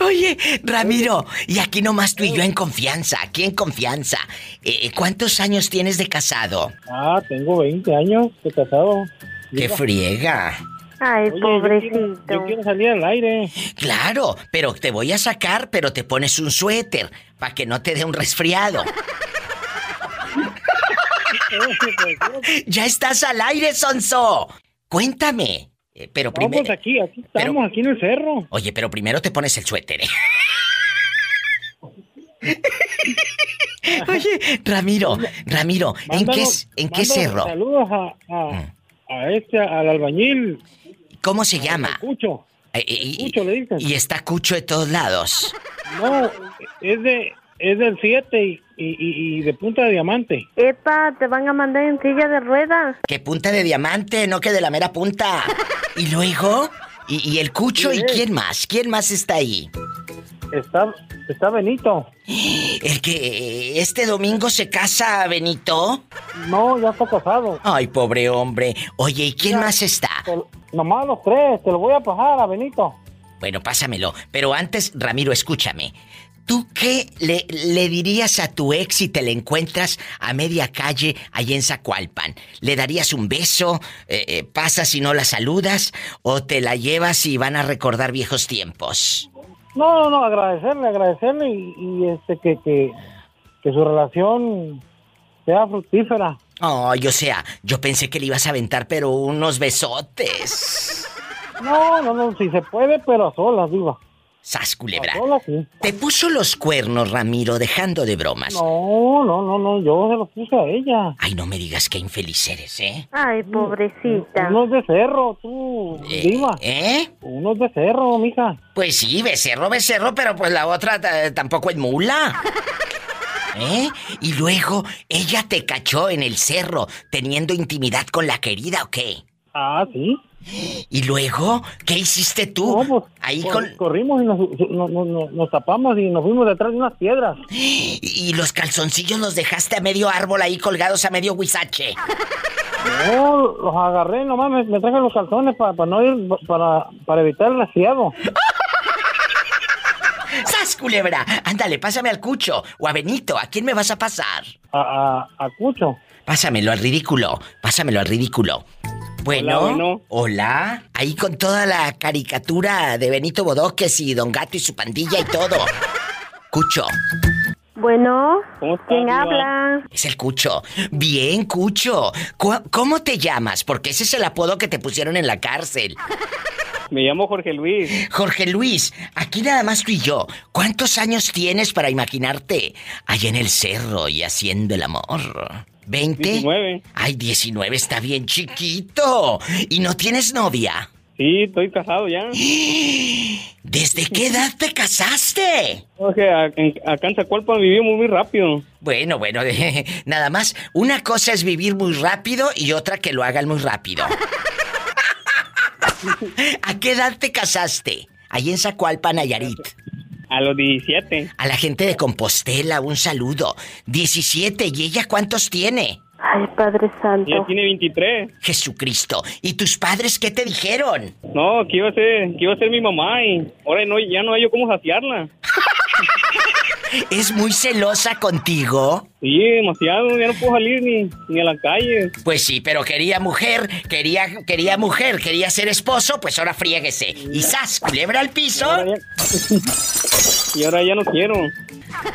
Speaker 2: [LAUGHS] Oye, Ramiro, y aquí nomás tú y yo en confianza, aquí en confianza. Eh, ¿Cuántos años tienes de casado?
Speaker 9: Ah, tengo 20 años de casado.
Speaker 2: ¡Qué
Speaker 9: Diva.
Speaker 2: friega!
Speaker 10: Ay,
Speaker 9: Oye, Yo
Speaker 10: pobrecito.
Speaker 9: quiero, yo quiero salir al aire.
Speaker 2: Claro, pero te voy a sacar, pero te pones un suéter para que no te dé un resfriado. [LAUGHS] ya estás al aire, Sonso. Cuéntame. Eh, pero
Speaker 9: No,
Speaker 2: primero.
Speaker 9: pues aquí, aquí estamos, aquí en el cerro.
Speaker 2: Oye, pero primero te pones el suéter.
Speaker 9: [LAUGHS]
Speaker 2: ¿eh? Oye, Ramiro, Ramiro, ¿en qué,
Speaker 9: Mándanos-
Speaker 2: en qué
Speaker 9: mándanos
Speaker 2: cerro?
Speaker 9: Saludos a, a, a este, al albañil.
Speaker 2: Mm. ¿Cómo se llama?
Speaker 9: Cucho.
Speaker 2: Eh, eh, y-
Speaker 9: Cucho le dicen.
Speaker 2: y está Cucho de todos lados.
Speaker 9: No, es de es del 7 y, y- y- y de punta de diamante.
Speaker 10: Epa, te van a mandar en silla de ruedas.
Speaker 2: Que punta de diamante, no que de la mera
Speaker 9: [LAUGHS]
Speaker 2: punta. Y luego, y, y el cucho, ¿y quién más? ¿Quién más está ahí?
Speaker 9: Está, está Benito.
Speaker 2: [GASPS] El que eh, este domingo se casa, Benito.
Speaker 9: No, ya está casado.
Speaker 2: Ay, pobre hombre. Oye, ¿y quién más está?
Speaker 9: Nomás los tres, te lo voy a pasar a Benito.
Speaker 2: Bueno, pásamelo. Pero antes, Ramiro, escúchame. ¿Tú qué le, le dirías a tu ex si te le encuentras a media calle allí en Zacualpan? ¿Le darías un beso? Eh, eh, ¿Pasas y no la saludas? ¿O te la llevas y van a recordar viejos tiempos?
Speaker 9: No, no, no, agradecerle, agradecerle y, y, este que, que, que su relación sea fructífera.
Speaker 2: Ay, o sea, yo pensé que le ibas a aventar, pero unos besotes.
Speaker 9: No, no, no, si se puede, pero a solas, diva.
Speaker 2: Sas, culebra.
Speaker 9: Solas sí.
Speaker 2: Te puso los cuernos, Ramiro, dejando de bromas.
Speaker 9: No, no, no, no, yo se los puse a ella.
Speaker 2: Ay, no me digas qué infeliz eres, ¿eh?
Speaker 10: Ay, pobrecita.
Speaker 9: Uno es de cerro, tú, diva.
Speaker 2: ¿Eh?
Speaker 9: Uno es de cerro, mija.
Speaker 2: Pues sí, becerro, becerro, pero pues la otra eh, tampoco es mula. ¿Eh? Y luego, ella te cachó en el cerro, teniendo intimidad con la querida, ¿o qué?
Speaker 9: Ah, sí.
Speaker 2: [GASPS]
Speaker 9: pues,
Speaker 2: Y luego, ¿qué hiciste tú? Ahí
Speaker 9: Cor-
Speaker 2: con... [GASPS]
Speaker 9: Corrimos y nos, no- no- no- nos tapamos y nos fuimos detrás de unas piedras.
Speaker 2: Y y los calzoncillos los dejaste a medio árbol ahí colgados a medio huizache.
Speaker 9: No, los agarré, nomás me, me traje los calzones para no ir, para, para evitar el resfriado.
Speaker 2: ¡Sas, culebra! Ándale, pásame al Cucho o a Benito. ¿A quién me vas a pasar?
Speaker 9: A, a, a Cucho.
Speaker 2: Pásamelo al ridículo. Pásamelo al ridículo. Bueno,
Speaker 9: Hola, bueno.
Speaker 2: hola. Ahí con toda la caricatura de Benito Bodoques y Don Gato y su pandilla y
Speaker 9: [LAUGHS]
Speaker 2: todo. Cucho,
Speaker 10: Bueno, ¿quién
Speaker 2: Diva?
Speaker 10: habla?
Speaker 2: es el Cucho. Bien, Cucho. Cu- ¿Cómo te llamas? Porque ese es el apodo que te pusieron en la cárcel.
Speaker 23: Me llamo Jorge Luis.
Speaker 2: Jorge Luis, aquí nada más tú y yo. ¿Cuántos años tienes para imaginarte allá en el cerro y haciendo el amor? ¿20? 19. Ay, 19 está bien chiquito. ¿Y no tienes novia? ¡Ah!
Speaker 24: Sí, estoy casado
Speaker 2: [GASPS]
Speaker 24: ya.
Speaker 2: ¿Desde qué edad te casaste?
Speaker 24: Porque acá en Zacualpa vivimos muy rápido.
Speaker 2: Bueno, bueno, [LAUGHS] nada más. Una cosa es vivir muy rápido y otra que lo hagan muy rápido. [LAUGHS] ¿A qué edad te casaste? Allí en Zacualpa, Nayarit.
Speaker 24: A los 17.
Speaker 2: A la gente de Compostela, un saludo. 17, ¿y ella cuántos tiene?
Speaker 10: Ay, Padre Santo.
Speaker 24: Ella tiene 23.
Speaker 2: Jesucristo. ¿Y tus padres qué te dijeron?
Speaker 24: No, que iba a ser, que iba a ser mi mamá y ahora no, ya no hay yo cómo saciarla.
Speaker 2: [LAUGHS] ¿Es muy celosa contigo?
Speaker 24: Sí, demasiado, ya no puedo salir ni, ni a la calle.
Speaker 2: Pues sí, pero quería mujer, quería, quería mujer, quería ser esposo, pues ahora friéguese. Y sas, culebra al piso.
Speaker 24: Y ahora, ya... [LAUGHS] y ahora ya no quiero.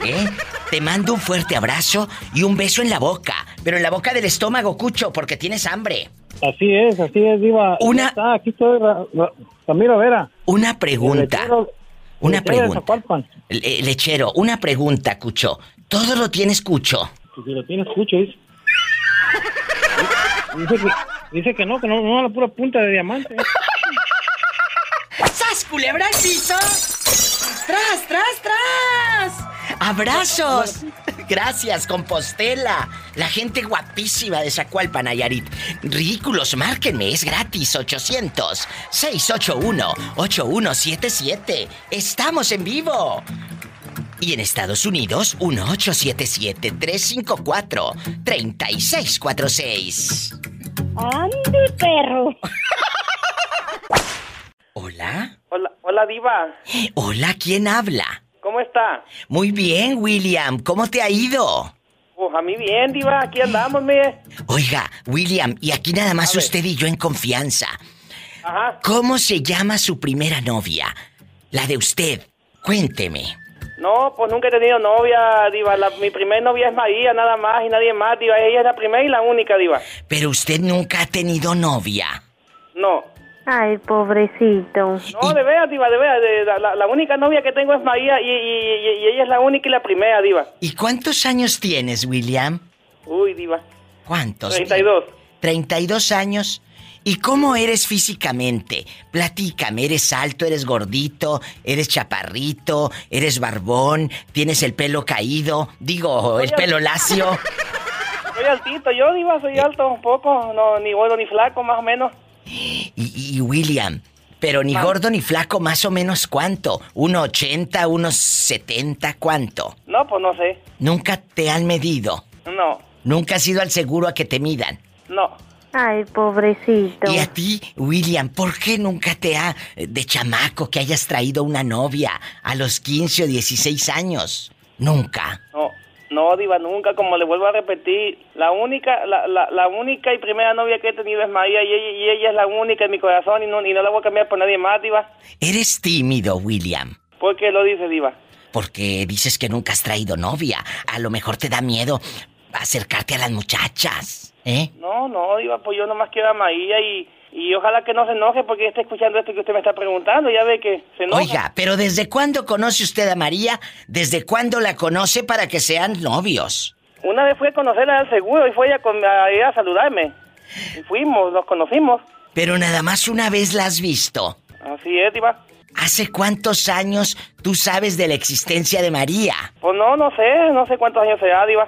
Speaker 2: ¿Eh? Te mando un fuerte abrazo y un beso en la boca, pero en la boca del estómago, Cucho, porque tienes hambre.
Speaker 9: Así es, así es, Diva.
Speaker 2: Una...
Speaker 9: Está, aquí estoy, ra... Ramiro Vera.
Speaker 2: Una pregunta. Una lechero pregunta. Le, lechero, una pregunta, Cucho. Todo lo tienes Cucho.
Speaker 9: Pues si lo tienes Cucho,
Speaker 2: [LAUGHS]
Speaker 9: dice. dice, que, dice que, no, que no, no a la pura punta de diamante.
Speaker 2: ¡Sas, culebra al piso! ¡Tras, tras, tras! ¡Abrazos! Gracias, Compostela. La gente guapísima de Zacualpa, Nayarit. Ridículos, márquenme, es gratis. 800-681-8177. Estamos en vivo. Y en Estados Unidos, 1877-354-3646.
Speaker 4: ¡Ande, perro!
Speaker 2: ¿Hola?
Speaker 18: Hola, hola, Diva.
Speaker 2: Hola, ¿quién habla?
Speaker 18: ¿Cómo está?
Speaker 2: Muy bien, William. ¿Cómo te ha ido?
Speaker 18: Pues a mí bien, diva. Aquí andamos, mire.
Speaker 2: Oiga, William, y aquí nada más usted y yo en confianza. Ajá. ¿Cómo se llama su primera novia? La de usted. Cuénteme.
Speaker 18: No, pues nunca he tenido novia, diva. La, mi primera novia es María, nada más, y nadie más, diva. Ella es la primera y la única, diva.
Speaker 2: Pero usted nunca ha tenido novia.
Speaker 18: No.
Speaker 10: Ay, pobrecito.
Speaker 18: No, de veras, diva, de veras. De, la, la, única novia que tengo es María y, y, y, ella es la única y la primera, diva.
Speaker 2: ¿Y cuántos años tienes, William?
Speaker 18: Uy, diva.
Speaker 2: ¿Cuántos?
Speaker 18: 32.
Speaker 2: 32 años. ¿Y cómo eres físicamente? Platícame, ¿eres alto, eres gordito, eres chaparrito, eres barbón, tienes el pelo caído, digo, el pelo lacio?
Speaker 18: Soy altito, yo, diva, soy alto un poco, no, ni gordo ni flaco, más o menos.
Speaker 2: Y, y, William, pero ni gordo ni flaco, más o menos cuánto? ¿Uno ochenta, unos setenta, cuánto?
Speaker 18: No, pues no sé.
Speaker 2: ¿Nunca te han medido?
Speaker 18: No.
Speaker 2: ¿Nunca has ido al seguro a que te midan?
Speaker 18: No.
Speaker 10: Ay, pobrecito.
Speaker 2: ¿Y a ti, William, por qué nunca te ha, eh, de chamaco, que hayas traído una novia a los 15 o 16 años? Nunca.
Speaker 18: No. No, Diva, nunca, como le vuelvo a repetir, la única la, la, la única y primera novia que he tenido es María y ella, y ella es la única en mi corazón y no, y no, la voy a cambiar por nadie más, Diva.
Speaker 2: Eres tímido, William.
Speaker 18: ¿Por qué lo dices, Diva?
Speaker 2: Porque dices que nunca has traído novia. A lo mejor te da miedo acercarte a las muchachas, ¿eh?
Speaker 18: No, no, Diva, pues yo nomás quiero a María y, y ojalá que no se enoje porque está escuchando esto que usted me está preguntando, ya ve que se enoja.
Speaker 2: Oiga, pero ¿desde cuándo conoce usted a María? ¿Desde cuándo la conoce para que sean novios?
Speaker 18: Una vez fui a conocerla al seguro y fue ella con, a, ir a saludarme. Y fuimos, nos conocimos.
Speaker 2: Pero nada más una vez la has visto.
Speaker 18: Así es, Diva.
Speaker 2: ¿Hace cuántos años tú sabes de la existencia de María?
Speaker 18: Pues no, no sé, no sé cuántos años será, Diva.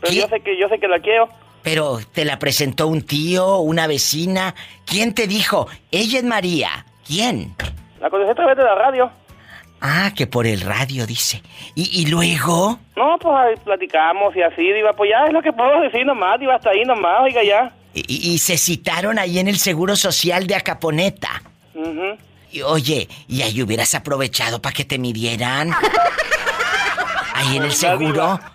Speaker 18: Pero ¿Qué? yo sé que yo sé que la quiero.
Speaker 2: Pero te la presentó un tío, una vecina. ¿Quién te dijo? Ella es María. ¿Quién?
Speaker 18: La conocí a través de la radio.
Speaker 2: Ah, que por el radio dice. ¿Y, y luego?
Speaker 18: No, pues ahí platicamos y así, digo, pues ya es lo que puedo decir nomás, digo, hasta ahí nomás, oiga ya.
Speaker 2: Y, y, se citaron ahí en el Seguro Social de Acaponeta.
Speaker 18: Uh -huh.
Speaker 2: y, oye, y ahí hubieras aprovechado para que te
Speaker 18: [LAUGHS]
Speaker 2: midieran. ahí en el
Speaker 18: Pues,
Speaker 2: seguro. [LAUGHS]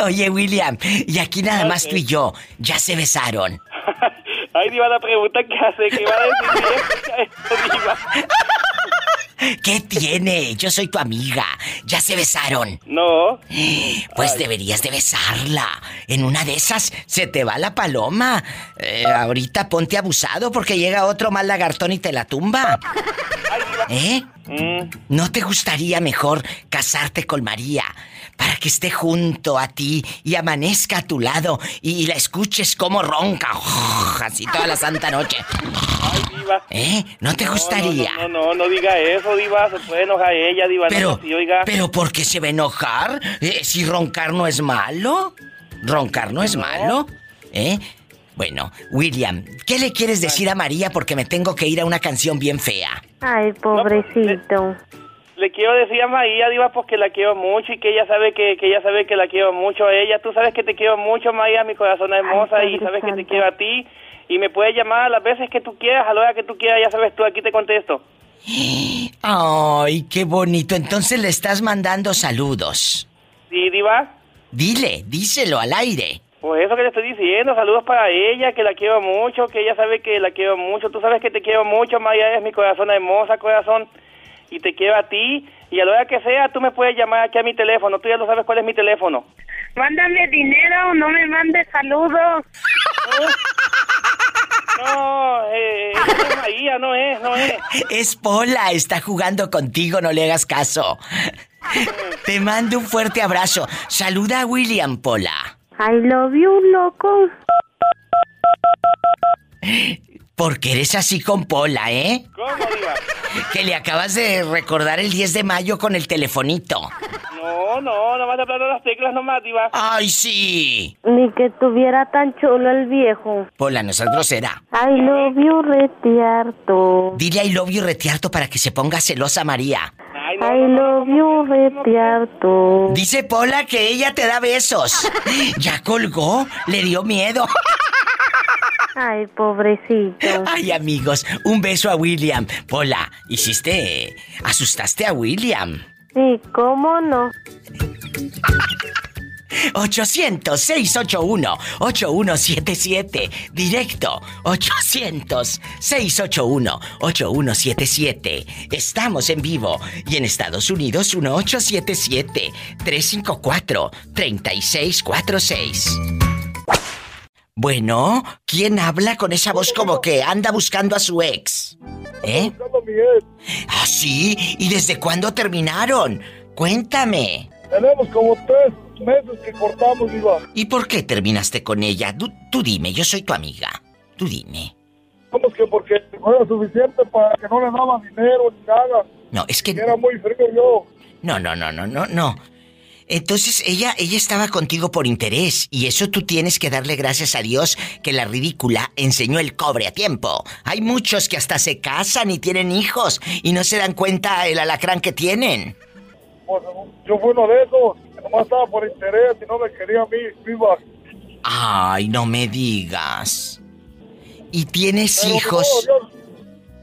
Speaker 2: Oye, William, y aquí nada más okay. tú y yo, ya se besaron.
Speaker 18: [LAUGHS] Ay, Diva, la pregunta que hace, que va a decir esto, Diva.
Speaker 2: ¿Qué tiene? Yo soy tu amiga. ¿Ya se besaron?
Speaker 18: No.
Speaker 2: Pues Ay. deberías de besarla. En una de esas se te va la paloma. Eh, ahorita ponte abusado porque llega otro mal lagartón y te la tumba.
Speaker 18: Ay, Mm. Diva,
Speaker 2: ¿Eh? ¿No te gustaría mejor casarte con María para que esté junto a ti y amanezca a tu lado y, y la escuches como ronca [LAUGHS] así toda la santa noche? ¿Eh? ¿No te gustaría?
Speaker 18: No, no, no diga eso, Diva. Se puede enojar ella, Diva. no,
Speaker 2: Pero,
Speaker 18: sí, oiga.
Speaker 2: ¿pero por qué se va a enojar? Eh, si roncar no es malo. Roncar no es malo. ¿Eh? Bueno, William, ¿qué le quieres decir a María porque me tengo que ir a una canción bien fea?
Speaker 10: Ay,
Speaker 18: pues, eh.
Speaker 10: pobrecito.
Speaker 18: Le quiero decir a María, Diva, porque la quiero mucho y que ella sabe que, que ella sabe que la quiero mucho a ella. Tú sabes que te quiero mucho, María, mi corazón hermosa, y sabes que te quiero a ti. Y me puedes llamar a las veces que tú quieras, a la hora que tú quieras, ya sabes tú, aquí
Speaker 2: [GASPS]
Speaker 18: te contesto.
Speaker 2: Ay, qué bonito. Entonces le estás mandando saludos.
Speaker 18: Sí, Diva,
Speaker 2: Dile, díselo al aire.
Speaker 18: pues eso que le estoy diciendo, saludos para ella, que la quiero mucho, que ella sabe que la quiero mucho. Tú sabes que te quiero mucho, María, es mi corazón hermosa, corazón. Y te quiero a ti. Y a la hora que sea, tú me puedes llamar aquí a mi teléfono. Tú ya lo sabes cuál es mi teléfono.
Speaker 13: Mándame dinero, no me mandes saludos.
Speaker 18: [LAUGHS] No, eh, esa es María, no es, no es.
Speaker 2: [LAUGHS] Es Pola, está jugando contigo, no le hagas
Speaker 18: [LAUGHS]
Speaker 2: caso. Te mando un fuerte abrazo. Saluda a William Pola.
Speaker 10: I love you, loco.
Speaker 2: Porque eres así con Pola, ¿eh?
Speaker 18: ¿Cómo, Diva?
Speaker 2: Que le acabas de recordar el 10 de mayo con el telefonito.
Speaker 18: No, no, no vas a hablar de las teclas nomás, Diva.
Speaker 2: ¡Ay, sí!
Speaker 10: Ni que tuviera tan chulo el viejo.
Speaker 2: Pola, no seas grosera.
Speaker 10: I love you, retiarto.
Speaker 2: Dile I love you retiarto para que se ponga celosa María.
Speaker 10: I love you, retiarto.
Speaker 2: Dice Pola que ella te da besos.
Speaker 10: [LAUGHS]
Speaker 2: Ya colgó, le dio miedo.
Speaker 10: Ay, pobrecito.
Speaker 2: Ay, amigos, un beso a William. Pola, hiciste. asustaste a William.
Speaker 10: Sí, cómo no.
Speaker 2: 800-681-8177. Directo. 800-681-8177. Estamos en vivo. Y en Estados Unidos, 1877-354-3646. Bueno, ¿quién habla con esa voz como que anda buscando a su ex? ¿Eh? Ah, sí. ¿Y desde cuándo terminaron? Cuéntame.
Speaker 25: Tenemos como tres meses que cortamos, Diva.
Speaker 2: ¿Y por qué terminaste con ella? Tú, tú dime, yo soy tu amiga. Tú dime.
Speaker 25: Vamos que porque no era suficiente para que no le daba dinero ni nada.
Speaker 2: No, es que...
Speaker 25: Era muy frío yo.
Speaker 2: No, no, no, no, no, no. Entonces ella, ella estaba contigo por interés y eso tú tienes que darle gracias a Dios que la ridícula enseñó el cobre a tiempo. Hay muchos que hasta se casan y tienen hijos y no se dan cuenta el alacrán que tienen.
Speaker 25: Pues, yo fui uno de esos. que Nomás estaba por interés y no me quería a mí, Diva.
Speaker 2: Ay, no me digas. ¿Y tienes
Speaker 25: Pero pues,
Speaker 2: hijos?
Speaker 25: No, yo-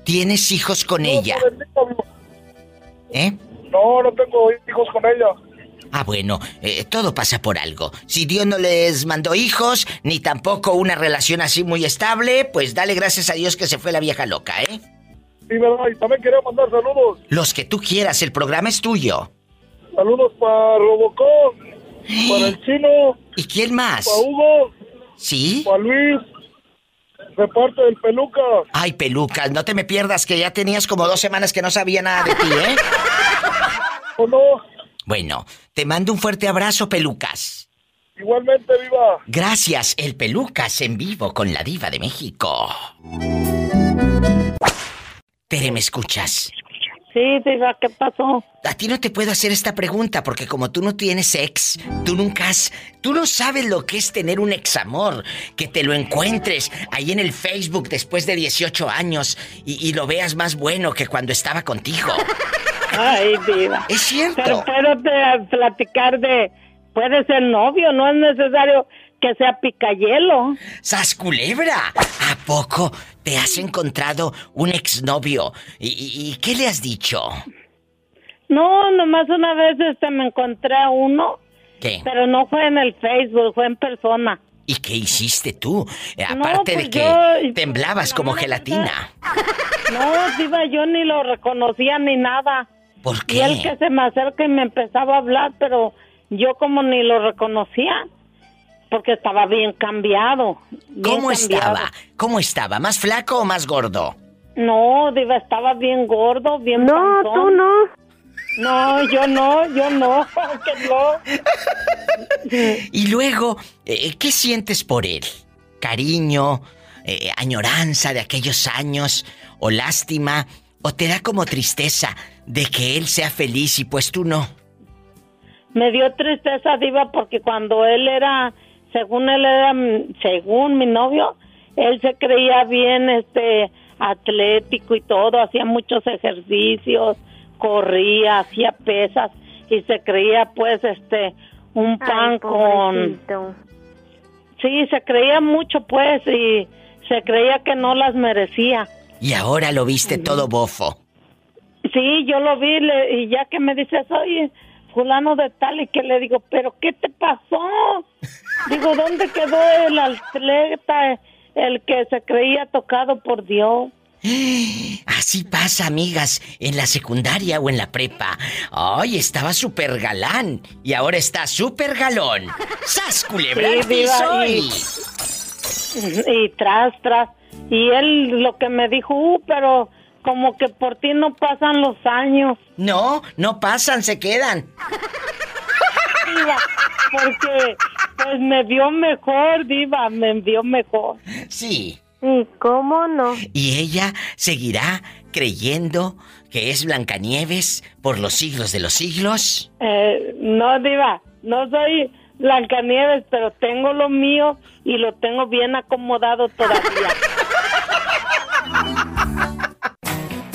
Speaker 2: ¿Tienes hijos con ella? ¿Eh?
Speaker 25: no, no tengo hijos con ella.
Speaker 2: Ah, bueno, eh, todo pasa por algo. Si Dios no les mandó hijos, ni tampoco una relación así muy estable, pues dale gracias a Dios que se fue la vieja loca, ¿eh?
Speaker 25: Sí, verdad. Y también quería mandar saludos.
Speaker 2: Los que tú quieras, el programa es tuyo.
Speaker 25: Saludos para Robocop, para el chino,
Speaker 2: ¿Y quién más?
Speaker 25: para Hugo,
Speaker 2: ¿Sí?
Speaker 25: para Luis, de parte del Peluca.
Speaker 2: Ay, pelucas, no te me pierdas que ya tenías como dos semanas que no sabía nada de ti, ¿eh?
Speaker 25: [LAUGHS] ¿O no?
Speaker 2: Bueno, te mando un fuerte abrazo, pelucas.
Speaker 25: Igualmente, Viva.
Speaker 2: Gracias, el pelucas en vivo con la diva de México. Tere, ¿me escuchas?
Speaker 13: Sí, Diva, ¿qué pasó?
Speaker 2: A ti no te puedo hacer esta pregunta porque como tú no tienes ex, tú nunca has, tú no sabes lo que es tener un ex amor, que te lo encuentres ahí en el Facebook después de 18 años y, y lo veas más bueno que cuando estaba contigo.
Speaker 13: Ay, Diva.
Speaker 2: Es cierto.
Speaker 13: Pero puedo eh, platicar de. Puede ser novio, no es necesario que sea picayelo.
Speaker 2: ¡Sas culebra! ¿A poco te has encontrado un exnovio? ¿Y, y- y qué le has dicho?
Speaker 13: No, nomás una vez este me encontré a uno,
Speaker 2: ¿Qué?
Speaker 13: pero no fue en el Facebook, fue en persona.
Speaker 2: ¿Y qué hiciste tú? Eh,
Speaker 13: No,
Speaker 2: Aparte
Speaker 13: pues
Speaker 2: de que
Speaker 13: yo-
Speaker 2: temblabas como gelatina.
Speaker 13: No, [LAUGHS] Diva, yo ni lo reconocía ni nada.
Speaker 2: ¿Por
Speaker 13: Y él que
Speaker 2: qué?
Speaker 13: se me acerca y me empezaba a hablar, pero yo como ni lo reconocía, porque estaba bien cambiado. bien
Speaker 2: ¿Cómo
Speaker 13: cambiado.
Speaker 2: estaba? ¿Cómo estaba? ¿Más flaco o más gordo?
Speaker 13: No, Diva, estaba bien gordo, bien
Speaker 10: No, tú no.
Speaker 13: No, yo no, yo no, [LAUGHS] que no.
Speaker 2: Y luego, eh, ¿qué sientes por él? ¿Cariño? eh, ¿Añoranza de aquellos años? ¿O lástima? ¿O te da como tristeza de que él sea feliz y pues tú no?
Speaker 13: Me dio tristeza, Diva, porque cuando él era, según él era, mm, según mi novio, él se creía bien este atlético y todo, hacía muchos ejercicios, corría, hacía pesas y se creía pues este un pan con
Speaker 10: pobrecito.
Speaker 13: sí, se creía mucho pues y se creía que no las merecía.
Speaker 2: Y ahora lo viste todo bofo.
Speaker 13: Sí, yo lo vi le- y ya que me dices, oye, fulano de tal y que le digo, pero ¿qué te pasó? Digo, ¿dónde quedó el atleta, el que se creía tocado por Dios?
Speaker 2: Así pasa, amigas, en la secundaria o en la prepa. Ay, estaba súper galán y ahora está súper galón. ¡Sas, culebra al
Speaker 13: Sí, diva,
Speaker 2: piso
Speaker 13: y-
Speaker 2: y-
Speaker 13: Y tras, tras. Y él lo que me dijo, "Uh, pero como que por ti no pasan los años.
Speaker 2: No, no pasan, se quedan.
Speaker 13: Diva, porque pues me vio mejor, diva, me vio mejor.
Speaker 2: Sí.
Speaker 10: ¿Y cómo no?
Speaker 2: Y ella seguirá creyendo que es Blancanieves por los siglos de los siglos.
Speaker 13: Eh, no, diva, no soy Blancanieves, pero tengo lo mío y lo tengo bien acomodado todavía.